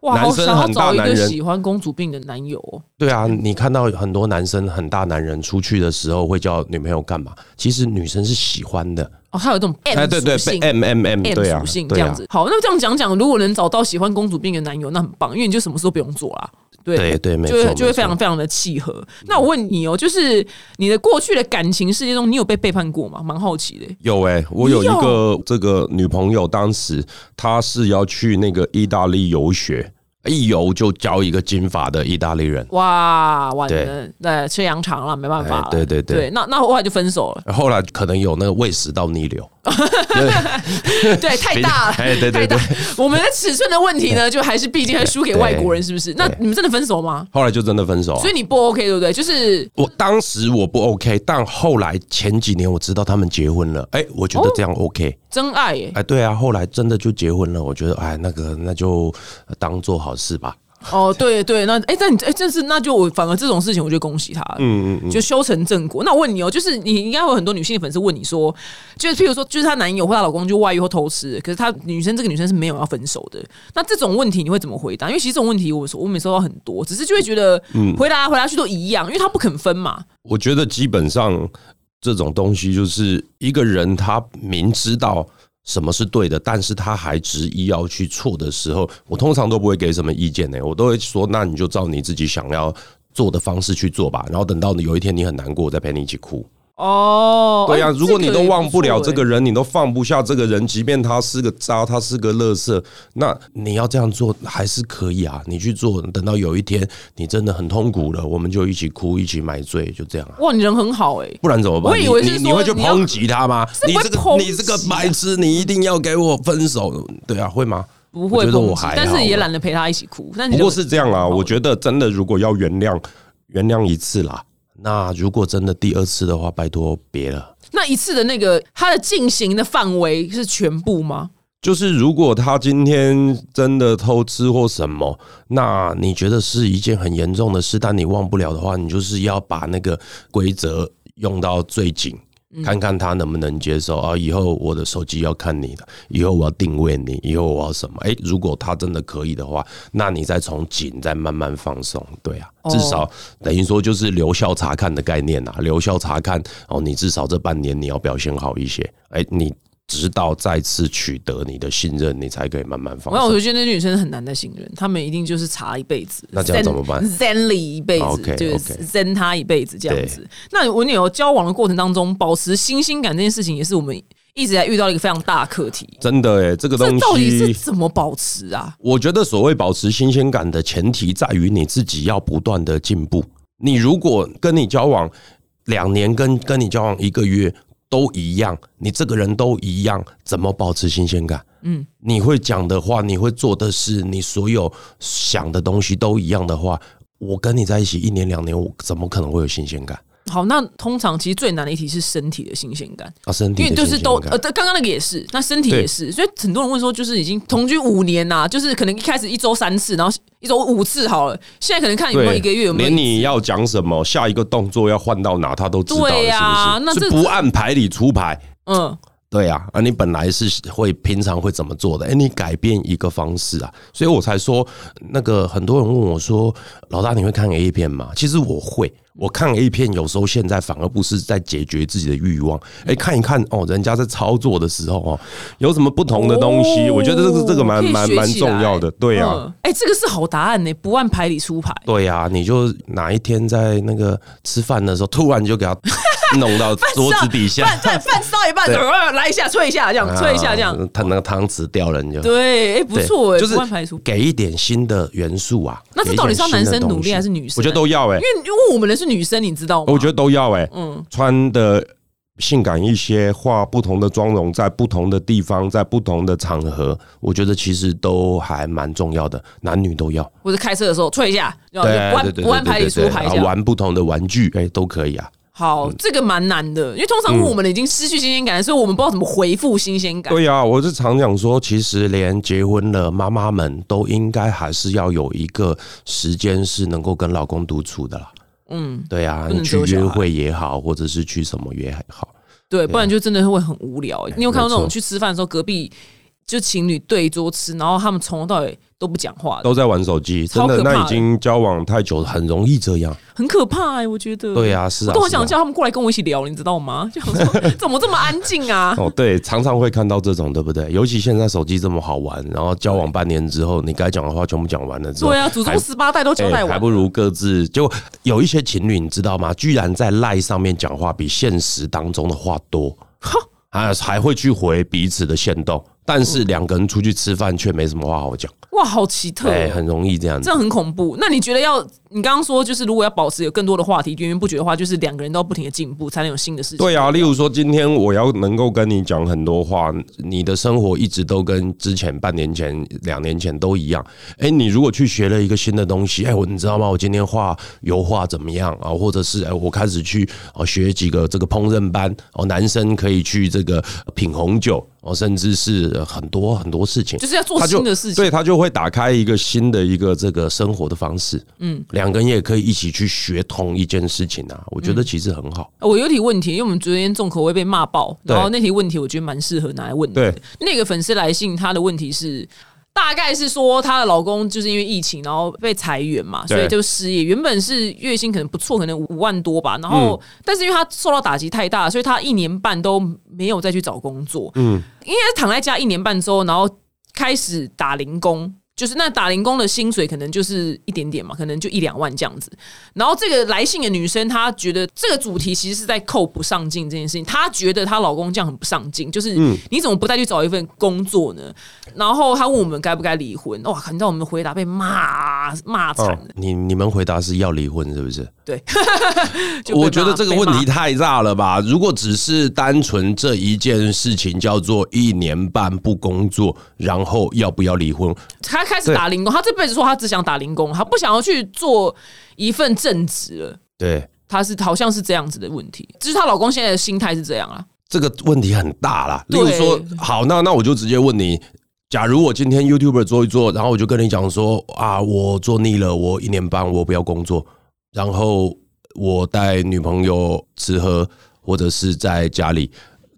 [SPEAKER 1] 哇，
[SPEAKER 2] 男
[SPEAKER 1] 好
[SPEAKER 2] 生
[SPEAKER 1] 想要
[SPEAKER 2] 很大
[SPEAKER 1] 找一
[SPEAKER 2] 男
[SPEAKER 1] 个
[SPEAKER 2] 人
[SPEAKER 1] 喜欢公主病的男友、哦。
[SPEAKER 2] 对啊，你看到很多男生很大男人出去的时候会叫女朋友干嘛？其实女生是喜欢的，
[SPEAKER 1] 哦，他有这种 M
[SPEAKER 2] 哎，对对，
[SPEAKER 1] 属性
[SPEAKER 2] 被 M M M，
[SPEAKER 1] M
[SPEAKER 2] 对啊
[SPEAKER 1] 哎属，性这
[SPEAKER 2] 对
[SPEAKER 1] 样
[SPEAKER 2] 啊
[SPEAKER 1] 子，。好，那这样讲讲，如果能找到喜欢公主病的男友，那很棒，因为你就什么事都不用做啦。对
[SPEAKER 2] 对对没
[SPEAKER 1] 就会
[SPEAKER 2] 错
[SPEAKER 1] 就会
[SPEAKER 2] 没
[SPEAKER 1] 非常
[SPEAKER 2] 错
[SPEAKER 1] 非常的契合。那我问你哦，就是你的过去的感情世界中，你有被背叛过吗？蛮好奇的、
[SPEAKER 2] 有哎、我有
[SPEAKER 1] 你
[SPEAKER 2] 一
[SPEAKER 1] 有
[SPEAKER 2] 个这个女朋友，当时她是要去那个意大利游学，一游就交一个金发的意大利人，
[SPEAKER 1] 哇，完了
[SPEAKER 2] 对，
[SPEAKER 1] 那吃羊肠了，没办法了、
[SPEAKER 2] 哎对对对，
[SPEAKER 1] 对，那那后来就分手了
[SPEAKER 2] 后来可能有那个胃食道逆流，
[SPEAKER 1] 对，太大了，
[SPEAKER 2] 哎对
[SPEAKER 1] 太
[SPEAKER 2] 对
[SPEAKER 1] 大。我们的尺寸的问题 呢，就还是毕竟还是输给外国人，是不是？那你们真的分手吗？
[SPEAKER 2] 后来就真的分手、啊
[SPEAKER 1] 所以。你不 OK 对不对？就是
[SPEAKER 2] 我当时我不 OK，但后来前几年我知道他们结婚了，哎、我觉得这样
[SPEAKER 1] 哦
[SPEAKER 2] OK，
[SPEAKER 1] 真爱耶
[SPEAKER 2] 哎、、对啊，后来真的就结婚了，我觉得哎，那个那就当做好事吧。
[SPEAKER 1] 哦，对对，那哎，但你哎，这是那就我反而这种事情，我就恭喜他，嗯嗯就修成正果。那我问你哦，就是你应该会有很多女性的粉丝问你说，就是譬如说，就是她男友或她老公就外遇或偷吃，可是她女生这个女生是没有要分手的，那这种问题你会怎么回答？因为其实这种问题我我每收到很多，只是就会觉得
[SPEAKER 2] 嗯
[SPEAKER 1] 回答来回答去都一样，因为她不肯分嘛。
[SPEAKER 2] 我觉得基本上这种东西就是一个人他明知道什么是对的，但是他还执意要去错的时候，我通常都不会给什么意见呢、我都会说那你就照你自己想要做的方式去做吧，然后等到你有一天你很难过，我再陪你一起哭。
[SPEAKER 1] 哦，
[SPEAKER 2] 对呀、啊
[SPEAKER 1] 哎
[SPEAKER 2] 如果你都忘不了这
[SPEAKER 1] 个也哎欸
[SPEAKER 2] 个人，你都放不下这个人，即便他是个渣，他是个垃圾，那你要这样做还是可以啊。你去做，等到有一天你真的很痛苦了，我们就一起哭，一起买醉，就这样啊
[SPEAKER 1] 不。错哎哇，你人很好哎、
[SPEAKER 2] 不然怎么办？
[SPEAKER 1] 我以为
[SPEAKER 2] 你
[SPEAKER 1] 是
[SPEAKER 2] 你
[SPEAKER 1] 说
[SPEAKER 2] 你会去
[SPEAKER 1] 你要
[SPEAKER 2] 抨击他吗？
[SPEAKER 1] 不
[SPEAKER 2] 你
[SPEAKER 1] 会
[SPEAKER 2] 这
[SPEAKER 1] 抨
[SPEAKER 2] 个
[SPEAKER 1] 击啊
[SPEAKER 2] 你这个白痴，你一定要给我分手？对啊，会吗？
[SPEAKER 1] 不会
[SPEAKER 2] 我觉得
[SPEAKER 1] 攻
[SPEAKER 2] 我
[SPEAKER 1] 击
[SPEAKER 2] 还好，啊
[SPEAKER 1] 但是也懒哦得陪她一起哭。但
[SPEAKER 2] 不过是这样啦，我
[SPEAKER 1] 得
[SPEAKER 2] 觉得真的如果要原谅，原谅一次啦。那如果真的第二次的话，拜托别了。
[SPEAKER 1] 那一次的那个它的进行的范围是全部吗？
[SPEAKER 2] 就是如果他今天真的偷吃或什么，那你觉得是一件很严重的事，但你忘不了的话，你就是要把那个规则用到最紧。看看他能不能接受啊。以后我的手机要看你的，以后我要定位你，以后我要什么？哎、如果他真的可以的话，那你再从紧再慢慢放松，对啊，至少等于说就是留校察看的概念啊，留校察看哦，你至少这半年你要表现好一些，哎、你。直到再次取得你的信任，你才可以慢慢放
[SPEAKER 1] 我想，
[SPEAKER 2] 松
[SPEAKER 1] 我。觉得那些女生很难的信任，她们一定就是查一辈子，
[SPEAKER 2] 那这样怎么办哦
[SPEAKER 1] ？Zen 里一辈子
[SPEAKER 2] OK，
[SPEAKER 1] 就是
[SPEAKER 2] OK
[SPEAKER 1] Zen 他一辈子这样子。那我女儿交往的过程当中，保持新鲜感这件事情，也是我们一直在遇到的一个非常大的课题。
[SPEAKER 2] 真的哎、这个东
[SPEAKER 1] 这
[SPEAKER 2] 西
[SPEAKER 1] 到底是怎么保持啊？
[SPEAKER 2] 我觉得所谓保持新鲜感的前提，在于你自己要不断的进步。你如果跟你交往两年，跟跟你交往一个月都一样，你这个人都一样，怎么保持新鲜感？嗯，你会讲的话，你会做的事，你所有想的东西都一样的话，我跟你在一起一年两年，我怎么可能会有新鲜感？
[SPEAKER 1] 好，那通常其实最难的一题是身体的新鲜感，
[SPEAKER 2] 啊，身体
[SPEAKER 1] 因
[SPEAKER 2] 的
[SPEAKER 1] 为就是
[SPEAKER 2] 新鲜
[SPEAKER 1] 都
[SPEAKER 2] 感
[SPEAKER 1] 呃，对刚刚那个也是，那身体也是，所以很多人问说，就是已经同居五年呐、就是可能一开始一周三次，然后一周五次好了，现在可能看有没有
[SPEAKER 2] 对，
[SPEAKER 1] 一个月有没有
[SPEAKER 2] 连你要讲什么，下一个动作要换到哪，他都知道了，
[SPEAKER 1] 对啊
[SPEAKER 2] 是不
[SPEAKER 1] 那
[SPEAKER 2] 是？
[SPEAKER 1] 这
[SPEAKER 2] 是不按牌理出牌。
[SPEAKER 1] 嗯。
[SPEAKER 2] 对啊，啊，你本来是会平常会怎么做的？哎、你改变一个方式啊，所以我才说，那个很多人问我说，老大你会看 A 片吗？其实我会，我看 A 片有时候现在反而不是在解决自己的欲望，哎、看一看哦，人家在操作的时候哦，有什么不同的东西？
[SPEAKER 1] 哦
[SPEAKER 2] 我觉得这个这个蛮
[SPEAKER 1] 可以
[SPEAKER 2] 蛮
[SPEAKER 1] 学
[SPEAKER 2] 蛮
[SPEAKER 1] 起
[SPEAKER 2] 重要的，
[SPEAKER 1] 来
[SPEAKER 2] 对啊。
[SPEAKER 1] 嗯哎、这个是好答案呢、不按牌理出牌。
[SPEAKER 2] 对呀、你就哪一天在那个吃饭的时候，突然就 给他弄到
[SPEAKER 1] 啊
[SPEAKER 2] 桌子底下，
[SPEAKER 1] 饭饭 饭烧一半，
[SPEAKER 2] 对
[SPEAKER 1] 呃来一下，吹一下，这样
[SPEAKER 2] 啊
[SPEAKER 1] 吹一下，这样。，
[SPEAKER 2] 他那个汤匙掉了，你就
[SPEAKER 1] 对，哎、不
[SPEAKER 2] 对
[SPEAKER 1] 错哎、
[SPEAKER 2] 就是
[SPEAKER 1] 不按牌理出牌。
[SPEAKER 2] 给一点新的元素啊。
[SPEAKER 1] 那这到底是要男生努力还是
[SPEAKER 2] 女
[SPEAKER 1] 女生？
[SPEAKER 2] 我觉得都要哎、
[SPEAKER 1] 因为因为我们的是女生，你知道吗？
[SPEAKER 2] 我觉得都要哎、
[SPEAKER 1] 嗯，
[SPEAKER 2] 穿的性感一些，化不同的妆容，在不同的地方，在不同的场合，我觉得其实都还蛮重要的，男女都要。
[SPEAKER 1] 或者开车的时候吹一下，然后
[SPEAKER 2] 对
[SPEAKER 1] 哦不按
[SPEAKER 2] 对对对
[SPEAKER 1] 不按牌理
[SPEAKER 2] 对
[SPEAKER 1] 出
[SPEAKER 2] 对
[SPEAKER 1] 牌
[SPEAKER 2] 啊
[SPEAKER 1] 这样。
[SPEAKER 2] 玩不同的玩具，哎，都可以啊。
[SPEAKER 1] 好，这个蛮难的，因为通
[SPEAKER 2] 嗯
[SPEAKER 1] 常问我们的已经失去新鲜感，所以我们不知道怎么回复新鲜感。
[SPEAKER 2] 对呀、啊我是常讲说，其实连结婚了，妈妈们都应该还是要有一个时间是能够跟老公独处的啦。嗯，对呀、
[SPEAKER 1] 不能
[SPEAKER 2] 你去
[SPEAKER 1] 只有小孩
[SPEAKER 2] 约会也好，或者是去什么也好，
[SPEAKER 1] 对，不然就真的会很无聊欸、你有看到那
[SPEAKER 2] 嗯没
[SPEAKER 1] 种
[SPEAKER 2] 错
[SPEAKER 1] 去吃饭的时候，隔壁就情侣对桌吃，然后他们从头到尾都不讲话的，
[SPEAKER 2] 都在玩手机，
[SPEAKER 1] 超可
[SPEAKER 2] 真的，
[SPEAKER 1] 怕的
[SPEAKER 2] 那已经交往太久，很容易这样。
[SPEAKER 1] 很可怕哎、我觉得。
[SPEAKER 2] 对、呀、是啊，
[SPEAKER 1] 我都很
[SPEAKER 2] 是啊
[SPEAKER 1] 想叫他们过来跟我一起聊，你知道吗？ 就想说怎么这么安静啊？
[SPEAKER 2] 哦，对，常常会看到这种，对不对？尤其现在手机这么好玩，然后交往半年之后，你该讲的话全部讲完了之后，
[SPEAKER 1] 对啊，祖宗
[SPEAKER 2] 还
[SPEAKER 1] 十八代都交
[SPEAKER 2] 哎，
[SPEAKER 1] 代完
[SPEAKER 2] 还不如各自。结果有一些情侣，你知道吗？居然在赖上面讲话比现实当中的话多，还还会去回彼此的线动，但是两个人出去吃饭却没什么话好讲，
[SPEAKER 1] 哇，好奇特、
[SPEAKER 2] 哎，
[SPEAKER 1] 哦，
[SPEAKER 2] 很容易这样
[SPEAKER 1] 这
[SPEAKER 2] 子。
[SPEAKER 1] 样很恐怖。那你觉得要你刚刚说，就是如果要保持有更多的话题源源不绝的话，就是两个人都要不停的进步，才能有新的事情。
[SPEAKER 2] 对啊，例如说，今天我要能够跟你讲很多话，你的生活一直都跟之前半年前、两年前都一样。哎，你如果去学了一个新的东西，哎，我你知道吗？我今天画油画怎么样啊？或者是哎，我开始去哦学几个这个烹饪班哦，男生可以去这个呃品红酒哦，甚至是呃很多很多事情，
[SPEAKER 1] 就是要做
[SPEAKER 2] 他就
[SPEAKER 1] 新的事情啊
[SPEAKER 2] 对他就会打开一个新的一个这个生活的方式。嗯，两个人也可以一起去学同一件事情啊，我觉得其实很好。
[SPEAKER 1] 呃我有题问题，因为我们昨天重口味被骂爆，
[SPEAKER 2] 对
[SPEAKER 1] 然后那题问题我觉得蛮适合拿来问你的
[SPEAKER 2] 对。
[SPEAKER 1] 那个粉丝来信，她的问题是。大概是说，她的老公就是因为疫情，然后被裁员嘛，所
[SPEAKER 2] 对
[SPEAKER 1] 以就失业。原本是月薪可能不错，可能五万多吧。然后，
[SPEAKER 2] 嗯
[SPEAKER 1] 但是因为她受到打击太大，所以她一年半都没有再去找工作。嗯，应该是躺在家一年半之后，然后开始打零工，就是那打零工的薪水可能就是一点点嘛，可能就一两万这样子。然后这个来信的女生，她觉得这个主题其实是在扣不上进这件事情，她觉得她老公这样很不上进，就是你怎么不再去找一份工作呢？
[SPEAKER 2] 嗯
[SPEAKER 1] 然后她问我们该不该离婚，哇，你知道我们的回答被骂骂惨
[SPEAKER 2] 哦
[SPEAKER 1] 了，，
[SPEAKER 2] 你你们回答是要离婚是不是？
[SPEAKER 1] 对，就被骂
[SPEAKER 2] 我觉得这个问题
[SPEAKER 1] 被骂
[SPEAKER 2] 太大了吧？如果只是单纯这一件事情叫做一年半不工作，然后要不要离婚？
[SPEAKER 1] 她开始打零工，她这辈子说她只想打零工，她不想要去做一份正职了。
[SPEAKER 2] 对，
[SPEAKER 1] 她是好像是这样子的问题，就是她老公现在的心态是这样啊。
[SPEAKER 2] 这个问题很大啦。例
[SPEAKER 1] 对
[SPEAKER 2] 如说，好，那那我就直接问你。假如我今天 YouTuber 做一做，然后我就跟你讲说啊，我做腻了，我一年半我不要工作，然后我带女朋友吃喝，或者是在家里，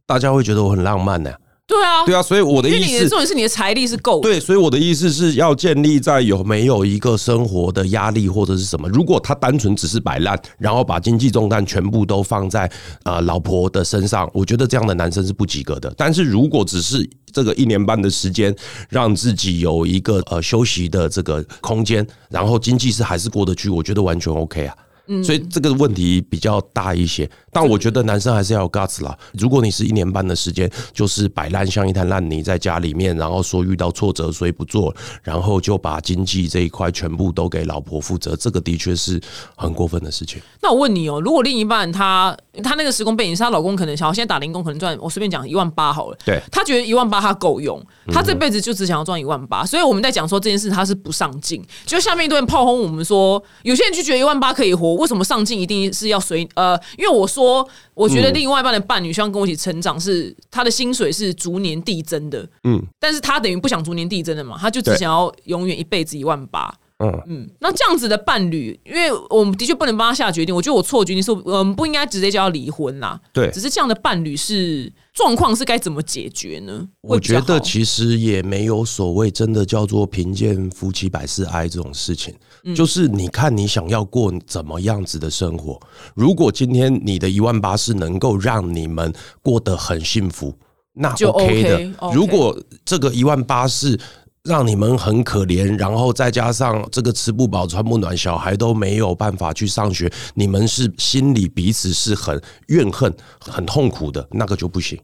[SPEAKER 2] 大家会觉得我很浪漫呢、
[SPEAKER 1] 对啊，
[SPEAKER 2] 对啊，所以我的
[SPEAKER 1] 因为
[SPEAKER 2] 意
[SPEAKER 1] 你的
[SPEAKER 2] 思
[SPEAKER 1] 重，点是你的财力是够的，
[SPEAKER 2] 对，所以我的意思是要建立在有没有一个生活的压力或者是什么。如果他单纯只是摆烂，然后把经济重担全部都放在啊、呃老婆的身上，我觉得这样的男生是不及格的。但是如果只是这个一年半的时间，让自己有一个呃休息的这个空间，然后经济是还是过得去，我觉得完全 OK 啊。所以这个问题比较大一些，但我觉得男生还是要有 guts 啦。如果你是一年半的时间，就是摆烂像一滩烂泥在家里面，然后说遇到挫折所以不做，然后就把经济这一块全部都给老婆负责，这个的确是很过分的事情。
[SPEAKER 1] 那我问你哦，如果另一半她她那个时空背景是她老公可能想要现在打零工，可能赚我随便讲一万八好了，
[SPEAKER 2] 对嗯
[SPEAKER 1] 她觉得一万八她够用，她这辈子就只想要赚一万八，所以我们在讲说这件事她是不上进，就下面一堆人炮轰我们说，有些人就觉得一万八可以活，为什么上进一定是要随呃？因为我说，我
[SPEAKER 2] 嗯
[SPEAKER 1] 觉得另外一半的伴侣希望跟我一起成长是，他的薪水是逐年递增的，嗯，但是他等于不想逐年递增的嘛，他就只
[SPEAKER 2] 对
[SPEAKER 1] 想要永远一辈子一万八，
[SPEAKER 2] 嗯
[SPEAKER 1] 嗯，那这样子的伴侣，因为我们的确不能帮他下决定，我觉得我错决定是，呃我们不应该直接叫他离婚啦。
[SPEAKER 2] 对
[SPEAKER 1] 只是这样的伴侣是状况是该怎么解决呢？
[SPEAKER 2] 我
[SPEAKER 1] 会
[SPEAKER 2] 觉得
[SPEAKER 1] 比较好
[SPEAKER 2] 其实也没有所谓真的叫做贫贱夫妻百事哀这种事情，
[SPEAKER 1] 嗯
[SPEAKER 2] 就是你看你想要过怎么样子的生活。如果今天你的一万八是能够让你们过得很幸福，那
[SPEAKER 1] 就
[SPEAKER 2] OK 的。
[SPEAKER 1] OK，OK
[SPEAKER 2] 如果这个一万八是让你们很可怜，然后再加上这个吃不饱穿不暖，小孩都没有办法去上学，你们是心里彼此是很怨恨、很痛苦的，那个就不行。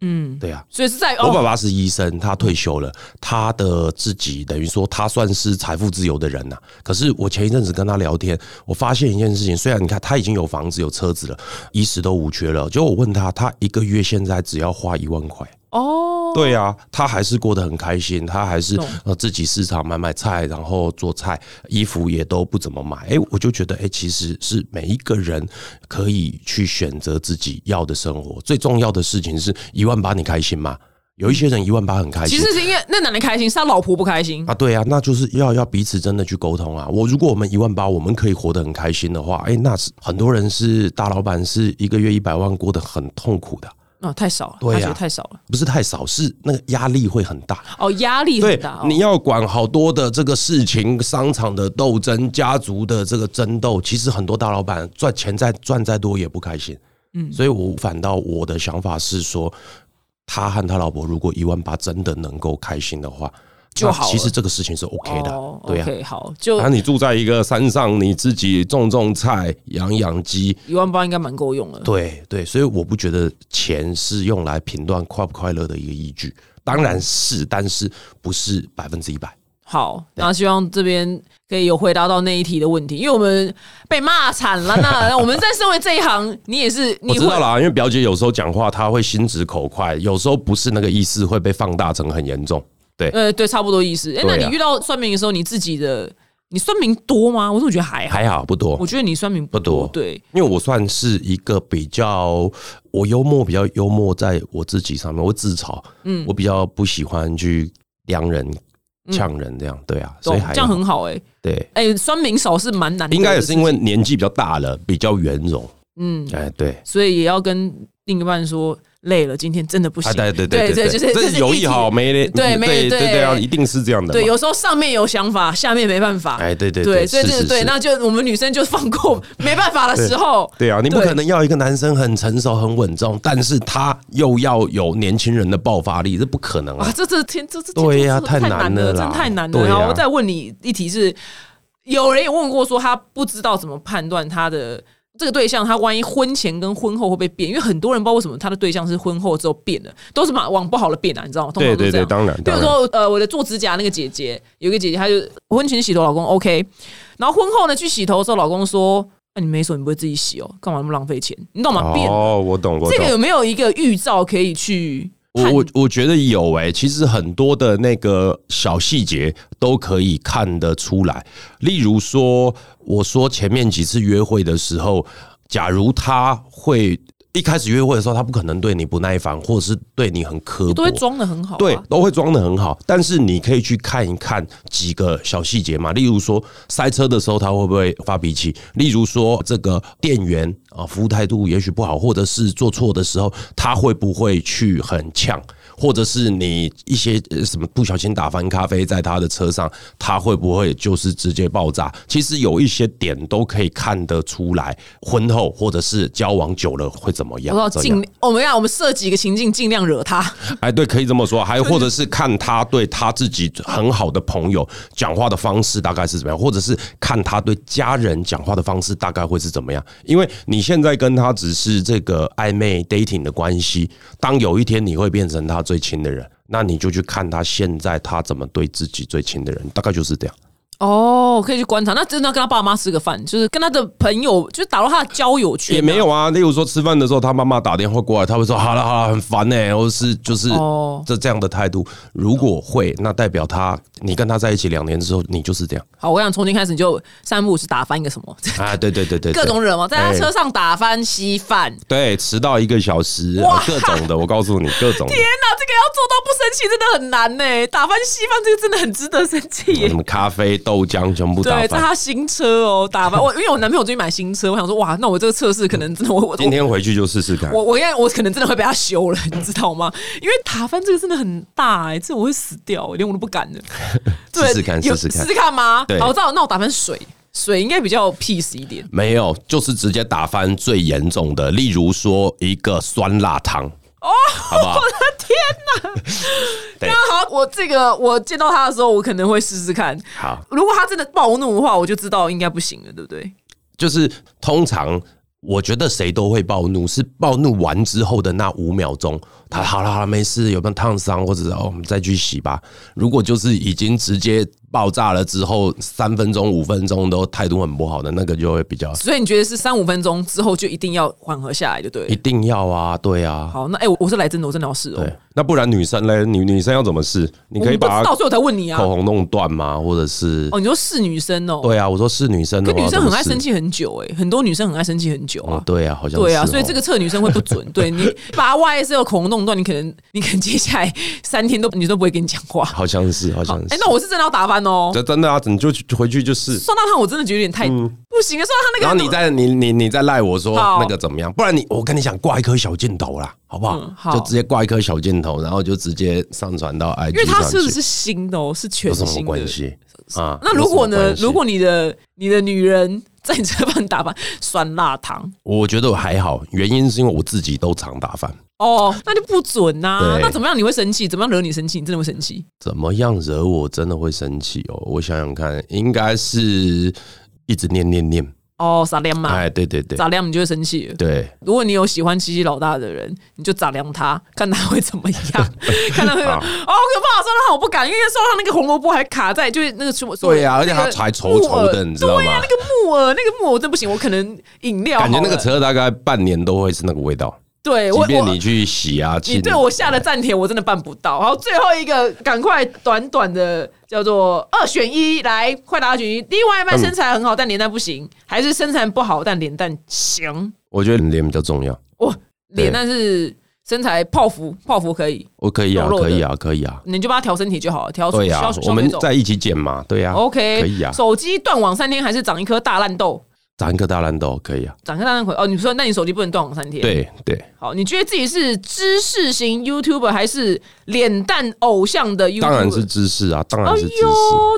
[SPEAKER 2] 嗯，对呀、
[SPEAKER 1] 所以是在
[SPEAKER 2] 我爸
[SPEAKER 1] 哦，
[SPEAKER 2] 爸是医生，他退休了，他的自己等于说他算是财富自由的人呐、啊可是我前一阵子跟他聊天，我发现一件事情，虽然你看他已经有房子有车子了，衣食都无缺了，结果我问他，他一个月现在只要花一万块。
[SPEAKER 1] 哦，
[SPEAKER 2] 对啊，他还是过得很开心，他还是
[SPEAKER 1] 懂
[SPEAKER 2] 呃自己市场买买菜，然后做菜，衣服也都不怎么买。哎、我就觉得，哎、其实是每一个人可以去选择自己要的生活。最重要的事情是一万八，你开心吗？有一些人一万八很开
[SPEAKER 1] 嗯其
[SPEAKER 2] 心。
[SPEAKER 1] 实是因为那男的开心，是他老婆不开心。
[SPEAKER 2] 啊，对啊，那就是要要彼此真的去沟通啊。我如果我们一万八，我们可以活得很开心的话，哎、那是很多人是大老板，是一个月一百万过得很痛苦的，
[SPEAKER 1] 哦，太少了，
[SPEAKER 2] 对
[SPEAKER 1] 他
[SPEAKER 2] 呀
[SPEAKER 1] 觉得太少了。
[SPEAKER 2] 不是太少，是那个压力会很大。
[SPEAKER 1] 哦，压力
[SPEAKER 2] 对
[SPEAKER 1] 很大。，哦
[SPEAKER 2] 你要管好多的这个事情，商场的斗争、家族的这个争斗，其实很多大老板赚钱再赚再多也不开心。嗯，所以我反倒我的想法是说，他和他老婆如果一万八真的能够开心的话，
[SPEAKER 1] 就
[SPEAKER 2] 那
[SPEAKER 1] 好了
[SPEAKER 2] 其实这个事情是 OK 的，
[SPEAKER 1] 哦
[SPEAKER 2] 对呀、啊。
[SPEAKER 1] ，OK，好，就
[SPEAKER 2] 那你住在一个山上，你自己种种菜、养养鸡，
[SPEAKER 1] 一万八应该蛮够用了。
[SPEAKER 2] 对对，所以我不觉得钱是用来评断快不快乐的一个依据。当然是，但是不是百分之一百。
[SPEAKER 1] 好，那希望这边可以有回答到那一题的问题，因为我们被骂惨了。 那我们在身为这一行，你也是，
[SPEAKER 2] 我
[SPEAKER 1] 你
[SPEAKER 2] 知
[SPEAKER 1] 会
[SPEAKER 2] 道啦，因为表姐有时候讲话她会心直口快，有时候不是那个意思会被放大成很严重。对，
[SPEAKER 1] 呃，对，差不多意思。哎、
[SPEAKER 2] 对
[SPEAKER 1] 那
[SPEAKER 2] 啊
[SPEAKER 1] 你遇到算命的时候，你自己的你算命多吗？我怎么觉得还好？
[SPEAKER 2] 还好不多
[SPEAKER 1] 我，觉得你算命不
[SPEAKER 2] 多
[SPEAKER 1] 对，
[SPEAKER 2] 因为我算是一个比较我幽默，比较幽默在我自己上面，我自嘲，嗯，我比较不喜欢去量人、呛人这样，对啊，
[SPEAKER 1] 嗯
[SPEAKER 2] 所
[SPEAKER 1] 懂
[SPEAKER 2] 以还
[SPEAKER 1] 这样
[SPEAKER 2] 好
[SPEAKER 1] 很好哎、
[SPEAKER 2] 对。
[SPEAKER 1] 哎、算命少是蛮难的，
[SPEAKER 2] 应该也是因为，年纪比较大了，比较圆融。嗯，哎，对，
[SPEAKER 1] 所以也要跟另一半说累了，今天真的不行。
[SPEAKER 2] 啊，对对
[SPEAKER 1] 对
[SPEAKER 2] 对
[SPEAKER 1] 就是
[SPEAKER 2] 这
[SPEAKER 1] 是
[SPEAKER 2] 有
[SPEAKER 1] 一
[SPEAKER 2] 意
[SPEAKER 1] 体
[SPEAKER 2] 好没嘞，
[SPEAKER 1] 对没
[SPEAKER 2] 对
[SPEAKER 1] 对
[SPEAKER 2] 对啊，一定是这样的嘛。
[SPEAKER 1] 对，有时候上面有想法，下面没办法。
[SPEAKER 2] 哎，对对
[SPEAKER 1] 对，所以
[SPEAKER 2] 是
[SPEAKER 1] 这
[SPEAKER 2] 是
[SPEAKER 1] 对，
[SPEAKER 2] 是
[SPEAKER 1] 那就我们女生就放 过没办法的时候。
[SPEAKER 2] 对啊，你不
[SPEAKER 1] 对
[SPEAKER 2] 可能要一个男生很成熟、很稳重，但是他又要有年轻人的爆发力，这不可能
[SPEAKER 1] 啊
[SPEAKER 2] 啊！，
[SPEAKER 1] 这这天这这
[SPEAKER 2] 对呀
[SPEAKER 1] 这这太
[SPEAKER 2] 太难
[SPEAKER 1] 了，
[SPEAKER 2] 了
[SPEAKER 1] 真
[SPEAKER 2] 啦
[SPEAKER 1] 的太难了。
[SPEAKER 2] 对呀
[SPEAKER 1] 然后再问你一题是，有人也问过说他不知道怎么判断他的这个对象，他万一婚前跟婚后会不会变？因为很多人不知道为什么他的对象是婚后之后变的，都是往往不好的变啊，你知道吗？通常
[SPEAKER 2] 对
[SPEAKER 1] 都是
[SPEAKER 2] 对
[SPEAKER 1] 这
[SPEAKER 2] 对，
[SPEAKER 1] 样。
[SPEAKER 2] 当然，
[SPEAKER 1] 比如
[SPEAKER 2] 当然
[SPEAKER 1] 说，呃，我的做指甲那个姐姐，有一个姐姐，她就婚前洗头，老公 OK，然后婚后呢去洗头的时候，老公说：“那、你没手，你不会自己洗哦，干嘛那么浪费钱？你懂吗？”变了
[SPEAKER 2] 哦，我懂，我
[SPEAKER 1] 这个
[SPEAKER 2] 懂。
[SPEAKER 1] 有没有一个预兆可以去
[SPEAKER 2] 我
[SPEAKER 1] 判
[SPEAKER 2] 我我觉得有诶、其实很多的那个小细节都可以看得出来。例如说，我说前面几次约会的时候，假如他会一开始约会的时候，他不可能对你不耐烦，或者是对你很刻薄，
[SPEAKER 1] 都会装的很好、啊。
[SPEAKER 2] 对，都会装的很好。但是你可以去看一看几个小细节嘛，例如说塞车的时候他会不会发脾气，例如说这个店员啊服务态度也许不好，或者是做错的时候他会不会去很呛。或者是你一些呃什么不小心打翻咖啡在他的车上，他会不会就是直接爆炸？其实有一些点都可以看得出来，婚后或者是交往久了会怎么样？
[SPEAKER 1] 我要
[SPEAKER 2] 这样
[SPEAKER 1] 尽，哦我们啊要我们设几个情境，尽量惹他。
[SPEAKER 2] 哎，对，可以这么说。还或者是看他对他自己很好的朋友讲话的方式大概是怎么样，或者是看他对家人讲话的方式大概会是怎么样。因为你现在跟他只是这个暧昧 dating 的关系，当有一天你会变成他最亲的人，那你就去看他现在他怎么对自己最亲的人，大概就是这样。
[SPEAKER 1] 哦，可以去观察。那真的要跟他爸妈吃个饭，就是跟他的朋友，就是打入他的交友圈、
[SPEAKER 2] 也没。有啊，例如说吃饭的时候，他妈妈打电话过来，他会说：“好了好了，很烦呢、或者是就是
[SPEAKER 1] 哦
[SPEAKER 2] 这这样的态度。如果会，那代表他你跟他在一起两年之后，你就是这样
[SPEAKER 1] 好，我想从今开始你就三不五时打翻一个什么，
[SPEAKER 2] 啊！对对对对，对
[SPEAKER 1] 各种惹嘛，在他
[SPEAKER 2] 哎
[SPEAKER 1] 车上打翻稀饭。天
[SPEAKER 2] 对迟到一个小时，呃各种的，我告诉你，各 种的。
[SPEAKER 1] 哪，这个要做到不生气真的很难呢。打翻稀饭这个真的很值得生气耶
[SPEAKER 2] 什。么咖啡、豆浆全部打
[SPEAKER 1] 对，在
[SPEAKER 2] 翻。
[SPEAKER 1] 他新车哦，打翻我，因为我男朋友最近买新车，我想说哇，那我这个测试可能真的我我
[SPEAKER 2] 今天回去就试试看。
[SPEAKER 1] 我我应该我可能真的会被他修了， 你知道吗？因为打翻这个真的很大哎、这我会死掉、欸连我都不敢的。对
[SPEAKER 2] 试试看
[SPEAKER 1] 有
[SPEAKER 2] 试试看
[SPEAKER 1] 试试看吗？
[SPEAKER 2] 对
[SPEAKER 1] 好，我知道，那我打翻水，水应该比较 peace 一点。
[SPEAKER 2] 没有，就是直接打翻最严重的，例如说一个酸辣汤，哦，好不好？对
[SPEAKER 1] 那好，我这个我见到他的时候，我可能会试试看。
[SPEAKER 2] 好，
[SPEAKER 1] 如果他真的暴怒的话，我就知道应该不行了，对不对？
[SPEAKER 2] 就是通常我觉得谁都会暴怒，是暴怒完之后的那五秒钟，他好了好了，没事，有没有烫伤，或者是哦，我们再去洗吧。如果就是已经直接爆炸了之后，三分钟、五分钟都态度很不好的那个，就会比较
[SPEAKER 1] 所以你觉得是三五分钟之后就一定要缓和下来，就对
[SPEAKER 2] 一
[SPEAKER 1] 了。
[SPEAKER 2] 定要啊，对啊，
[SPEAKER 1] 好，那哎、我我是来真的，我真的要试哦
[SPEAKER 2] 对。。那不然女生嘞，女女生要怎么试？你
[SPEAKER 1] 我
[SPEAKER 2] 可以
[SPEAKER 1] 们不
[SPEAKER 2] 把
[SPEAKER 1] 知道，所以我才问你啊
[SPEAKER 2] 口。红弄断吗？或者是
[SPEAKER 1] 哦，你说是女生哦，
[SPEAKER 2] 对啊，我说是女生的
[SPEAKER 1] 可
[SPEAKER 2] 话，
[SPEAKER 1] 女生很爱
[SPEAKER 2] 怎
[SPEAKER 1] 生
[SPEAKER 2] 么试。
[SPEAKER 1] 气很久哎、很多女生很爱生气很久啊。
[SPEAKER 2] 哦，对啊，好像
[SPEAKER 1] 对啊，
[SPEAKER 2] 是
[SPEAKER 1] 所以
[SPEAKER 2] 哦
[SPEAKER 1] 这个测女生会不准。对你把 YSL 口红弄断，你可能 你可能接下来三天都女生都不会跟你讲话。
[SPEAKER 2] 好像是，好像是。
[SPEAKER 1] 哎、那我是真的要打翻哦。
[SPEAKER 2] 这真的啊，你就去回去就是。
[SPEAKER 1] 酸辣汤我真的觉得有点太、不行啊，酸辣汤那个
[SPEAKER 2] 嗯 然后你再你你你再赖我说
[SPEAKER 1] 好
[SPEAKER 2] 那个怎么样？不然你我跟你讲挂一颗小箭头啦，好不好？
[SPEAKER 1] 嗯好
[SPEAKER 2] 就直接挂一颗小箭头，然后就直接上传到 IG
[SPEAKER 1] 因为它是
[SPEAKER 2] 上
[SPEAKER 1] 不
[SPEAKER 2] 去，
[SPEAKER 1] 是新的哦，是全
[SPEAKER 2] 有什么
[SPEAKER 1] 新的
[SPEAKER 2] 关。系啊？
[SPEAKER 1] 那如果
[SPEAKER 2] 有什么
[SPEAKER 1] 呢？
[SPEAKER 2] 关系
[SPEAKER 1] 如果你的你的女人在你车上打翻酸辣汤
[SPEAKER 2] 我觉得我还好，原因是因为我自己都常打翻，
[SPEAKER 1] 哦，那就不准呐、
[SPEAKER 2] 对
[SPEAKER 1] 那怎么样你会生气？怎么样惹你生气？你真的会生气？
[SPEAKER 2] 怎么样惹我真的会生气哦？我想想看，应该是一直念念念，
[SPEAKER 1] 哦，撒亮嘛，
[SPEAKER 2] 哎，对对对
[SPEAKER 1] 撒亮你就会生气了。
[SPEAKER 2] 对，
[SPEAKER 1] 如果你有喜欢七七老大的人，你就咋量他，看他会怎么 样，看他会哦，好可怕！算了，我不敢，因为算了，那个红萝卜还卡在，就是那个什么，
[SPEAKER 2] 对啊
[SPEAKER 1] 那个
[SPEAKER 2] 而且它还稠稠
[SPEAKER 1] 木
[SPEAKER 2] 的
[SPEAKER 1] 耳
[SPEAKER 2] 你知道吗
[SPEAKER 1] 对啊，那个啊木耳，那个木耳我真不行，我可能饮料好
[SPEAKER 2] 感
[SPEAKER 1] 了
[SPEAKER 2] 觉那个，车大概半年都会是那个味道，
[SPEAKER 1] 对我
[SPEAKER 2] 即便
[SPEAKER 1] 我
[SPEAKER 2] 你去洗啊，浸
[SPEAKER 1] 你对我下了暂停，我真的办不到。好，最后一个，赶快短短的叫做二选一，来，快答二选一。另外一
[SPEAKER 2] 嗯
[SPEAKER 1] 半身材很好，但脸蛋不行，还是身材不好但脸蛋行？
[SPEAKER 2] 我觉得脸比较重要。
[SPEAKER 1] 哇，
[SPEAKER 2] 对
[SPEAKER 1] 脸蛋是身材泡芙，泡芙可以。
[SPEAKER 2] 我可以啊，
[SPEAKER 1] 肉肉的哦
[SPEAKER 2] 可以啊，可以啊，
[SPEAKER 1] 你就帮他调身体就好了，调
[SPEAKER 2] 对
[SPEAKER 1] 消
[SPEAKER 2] 啊
[SPEAKER 1] 消，
[SPEAKER 2] 我们
[SPEAKER 1] 水肿
[SPEAKER 2] 在一起剪嘛，对啊
[SPEAKER 1] OK，
[SPEAKER 2] 可以啊，
[SPEAKER 1] 手机断网三天还是长一颗大烂痘？
[SPEAKER 2] 长一颗大烂痘可以啊，
[SPEAKER 1] 长一颗大烂葵哦，你说那你手机不能断网三天？，
[SPEAKER 2] 对对，
[SPEAKER 1] 好，你觉得自己是知识型 YouTuber 还是脸蛋偶像的 YouTuber？
[SPEAKER 2] 当然是。知识啊，当
[SPEAKER 1] 哎
[SPEAKER 2] 然是知识，
[SPEAKER 1] 呦，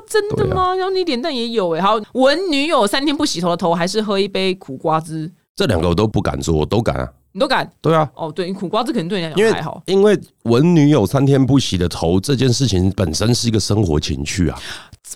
[SPEAKER 1] 真的
[SPEAKER 2] 对啊
[SPEAKER 1] 吗？然后你脸蛋也有哎、好，闻女友三天不洗头的头，还是喝一杯苦瓜汁，
[SPEAKER 2] 这两个我都不敢做，我都敢啊，
[SPEAKER 1] 你都敢？
[SPEAKER 2] 对啊，
[SPEAKER 1] 哦，对，你苦瓜汁可能对你来
[SPEAKER 2] 因
[SPEAKER 1] 讲
[SPEAKER 2] 为
[SPEAKER 1] 还好。
[SPEAKER 2] 因为闻女友三天不洗的头这件事情本身是一个生活情趣啊，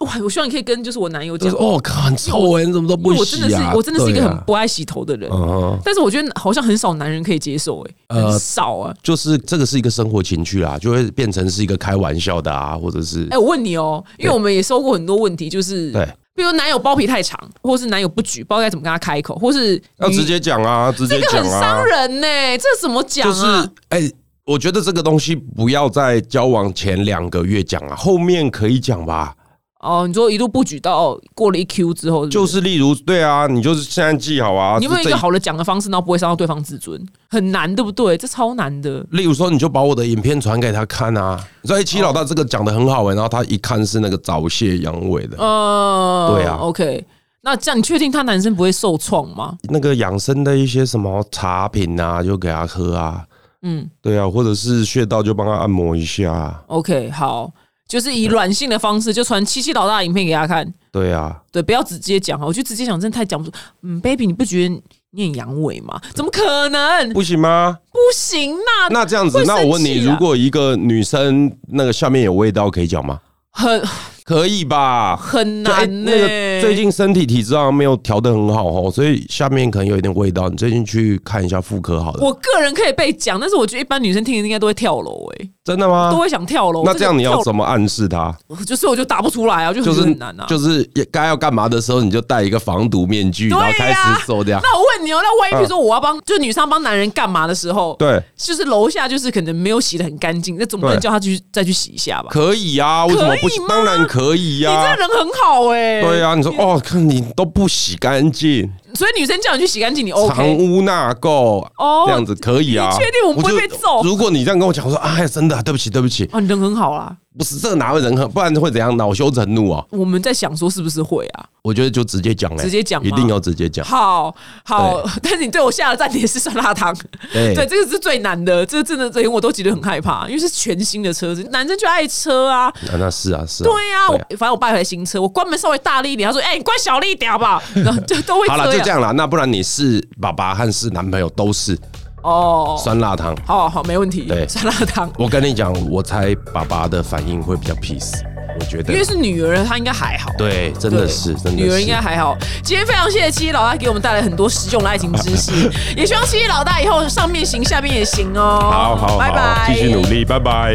[SPEAKER 1] 哇，我希望你可以跟就是我男友
[SPEAKER 2] 就
[SPEAKER 1] 讲
[SPEAKER 2] 是，哦，靠，很臭哎，你怎么都
[SPEAKER 1] 因
[SPEAKER 2] 不
[SPEAKER 1] 为我真的
[SPEAKER 2] 洗
[SPEAKER 1] 是
[SPEAKER 2] 啊？
[SPEAKER 1] 我真的是一个
[SPEAKER 2] 对啊
[SPEAKER 1] 很不爱洗头的人。
[SPEAKER 2] 嗯哼。
[SPEAKER 1] 但是我觉得好像很少男人可以接受、欸，哎、
[SPEAKER 2] 呃
[SPEAKER 1] 很少啊。
[SPEAKER 2] 就是这个是一个生活情趣啦，啊就会变成是一个开玩笑的啊，或者是
[SPEAKER 1] 哎、我问你哦、因为我们也收过很多问题，就是
[SPEAKER 2] 对，
[SPEAKER 1] 比如男友包皮太长，或是男友不举，不知道该怎么跟他开口，或是
[SPEAKER 2] 要
[SPEAKER 1] 女
[SPEAKER 2] 直接讲啊，直
[SPEAKER 1] 这
[SPEAKER 2] 接
[SPEAKER 1] 个
[SPEAKER 2] 讲
[SPEAKER 1] 很
[SPEAKER 2] 啊
[SPEAKER 1] 伤，人呢、这怎么讲
[SPEAKER 2] 就是
[SPEAKER 1] 啊？
[SPEAKER 2] 哎、我觉得这个东西不要在交往前两个月讲啊，后面可以讲吧。
[SPEAKER 1] 哦，你说一路布局到过了一 Q 之后，
[SPEAKER 2] 就是是例如对啊，你就是现在记好啊。
[SPEAKER 1] 不是你有没有一
[SPEAKER 2] 这
[SPEAKER 1] 个好的讲的方式，然后不会伤到对方自尊？很难，对不对？这超难的。
[SPEAKER 2] 例如说，你就把我的影片传给他看啊。你说，哎，齐老大这个讲的很好哎、然后他一看是那个早泄阳痿的，
[SPEAKER 1] 呃，
[SPEAKER 2] 对啊
[SPEAKER 1] ，OK。那这样你确定他男生不会受创吗？
[SPEAKER 2] 那个养生的一些什么茶品啊，就给他喝啊。
[SPEAKER 1] 嗯
[SPEAKER 2] 对啊，或者是穴道就帮他按摩一下啊。
[SPEAKER 1] ，OK，好，就是以软性的方式，就传七七老大的影片给他看。
[SPEAKER 2] 对啊，
[SPEAKER 1] 对，不要直接讲哈，哦我觉得直接讲真的太讲不出。嗯，baby，你不觉得你很阳痿吗？怎么可能？
[SPEAKER 2] 不行吗？
[SPEAKER 1] 不行啦，
[SPEAKER 2] 那这样子
[SPEAKER 1] 会，生
[SPEAKER 2] 那我问你，
[SPEAKER 1] 气啊
[SPEAKER 2] 如果一个女生那个下面有味道，可以讲吗？
[SPEAKER 1] 很
[SPEAKER 2] 可以吧？
[SPEAKER 1] 很
[SPEAKER 2] 就哎
[SPEAKER 1] 难呢、
[SPEAKER 2] 那个最近身体体质好像没有调的很好哦，所以下面可能有一点味道。你最近去看一下妇科好了。
[SPEAKER 1] 我个人可以被讲，但是我觉得一般女生听了应该都会跳楼、欸，
[SPEAKER 2] 真的吗
[SPEAKER 1] 都？会想跳楼。
[SPEAKER 2] 啊那
[SPEAKER 1] 个
[SPEAKER 2] 这样你要
[SPEAKER 1] 跳
[SPEAKER 2] 怎么暗示他？
[SPEAKER 1] 楼，就所以我就答不出来啊，就
[SPEAKER 2] 就
[SPEAKER 1] 很
[SPEAKER 2] 是
[SPEAKER 1] 很难啊。
[SPEAKER 2] 就是该要干嘛的时候，你就戴一个防毒面具，
[SPEAKER 1] 对呀
[SPEAKER 2] 然后开始做这样。嗯
[SPEAKER 1] 那我问你哦，那万一比如说我要帮，就女生帮男人干嘛的时候，
[SPEAKER 2] 对，
[SPEAKER 1] 就是楼下就是可能没有洗的很干净，那总不能
[SPEAKER 2] 对
[SPEAKER 1] 叫他去再去洗一下吧？
[SPEAKER 2] 可以呀，为什么不
[SPEAKER 1] 可以
[SPEAKER 2] 行
[SPEAKER 1] 吗？
[SPEAKER 2] 当然可以
[SPEAKER 1] 你这
[SPEAKER 2] 呀
[SPEAKER 1] 个。人很好哎、
[SPEAKER 2] 对呀，你说哦，看你都不洗干净，
[SPEAKER 1] 所以女生叫你去洗干净，你
[SPEAKER 2] 藏
[SPEAKER 1] OK？
[SPEAKER 2] 污纳垢，
[SPEAKER 1] 哦
[SPEAKER 2] 这样子可以啊？
[SPEAKER 1] 你确定我不会
[SPEAKER 2] 就
[SPEAKER 1] 被揍
[SPEAKER 2] 如果你这样跟我讲，我说哎，真的，对不起，对不起，
[SPEAKER 1] 哦，你人很好啦。
[SPEAKER 2] 不是这哪会人很，不然会怎样？恼羞成怒啊！
[SPEAKER 1] 我们在想说是不是会啊？
[SPEAKER 2] 我觉得就直接讲，哎
[SPEAKER 1] 直接讲吗
[SPEAKER 2] 一定要直接讲。
[SPEAKER 1] 好好， 但是你对我下的暂停是酸辣汤，
[SPEAKER 2] 对
[SPEAKER 1] 对，这个是最难的，这个真的连我都觉得很害怕，因为是全新的车子，男生就爱车啊，
[SPEAKER 2] 啊那是啊，是啊。
[SPEAKER 1] 对呀、我反正我爸有台新车，我关门稍微大力一点，他说：“哎、你关小力一点好不好？” 然后就都会
[SPEAKER 2] 好了，就
[SPEAKER 1] 这
[SPEAKER 2] 这
[SPEAKER 1] 样。
[SPEAKER 2] 样了。那不然你是爸爸和是男朋友都是
[SPEAKER 1] 哦，
[SPEAKER 2] 酸辣汤。
[SPEAKER 1] 好好没问题。
[SPEAKER 2] 对
[SPEAKER 1] 酸辣汤，
[SPEAKER 2] 我跟你讲，我猜爸爸的反应会比较 peace，我觉
[SPEAKER 1] 因
[SPEAKER 2] 得
[SPEAKER 1] 为。是女儿，她应该还好。
[SPEAKER 2] 对，真
[SPEAKER 1] 对。
[SPEAKER 2] 的是，真的
[SPEAKER 1] 女儿
[SPEAKER 2] 是
[SPEAKER 1] 应。该还好。今天非常谢谢七一老大给我们带来很多实用的爱情知识，也希望七一老大以后上面行，下面也行哦。
[SPEAKER 2] 好好好，
[SPEAKER 1] 拜拜，
[SPEAKER 2] 继续努。力，拜拜。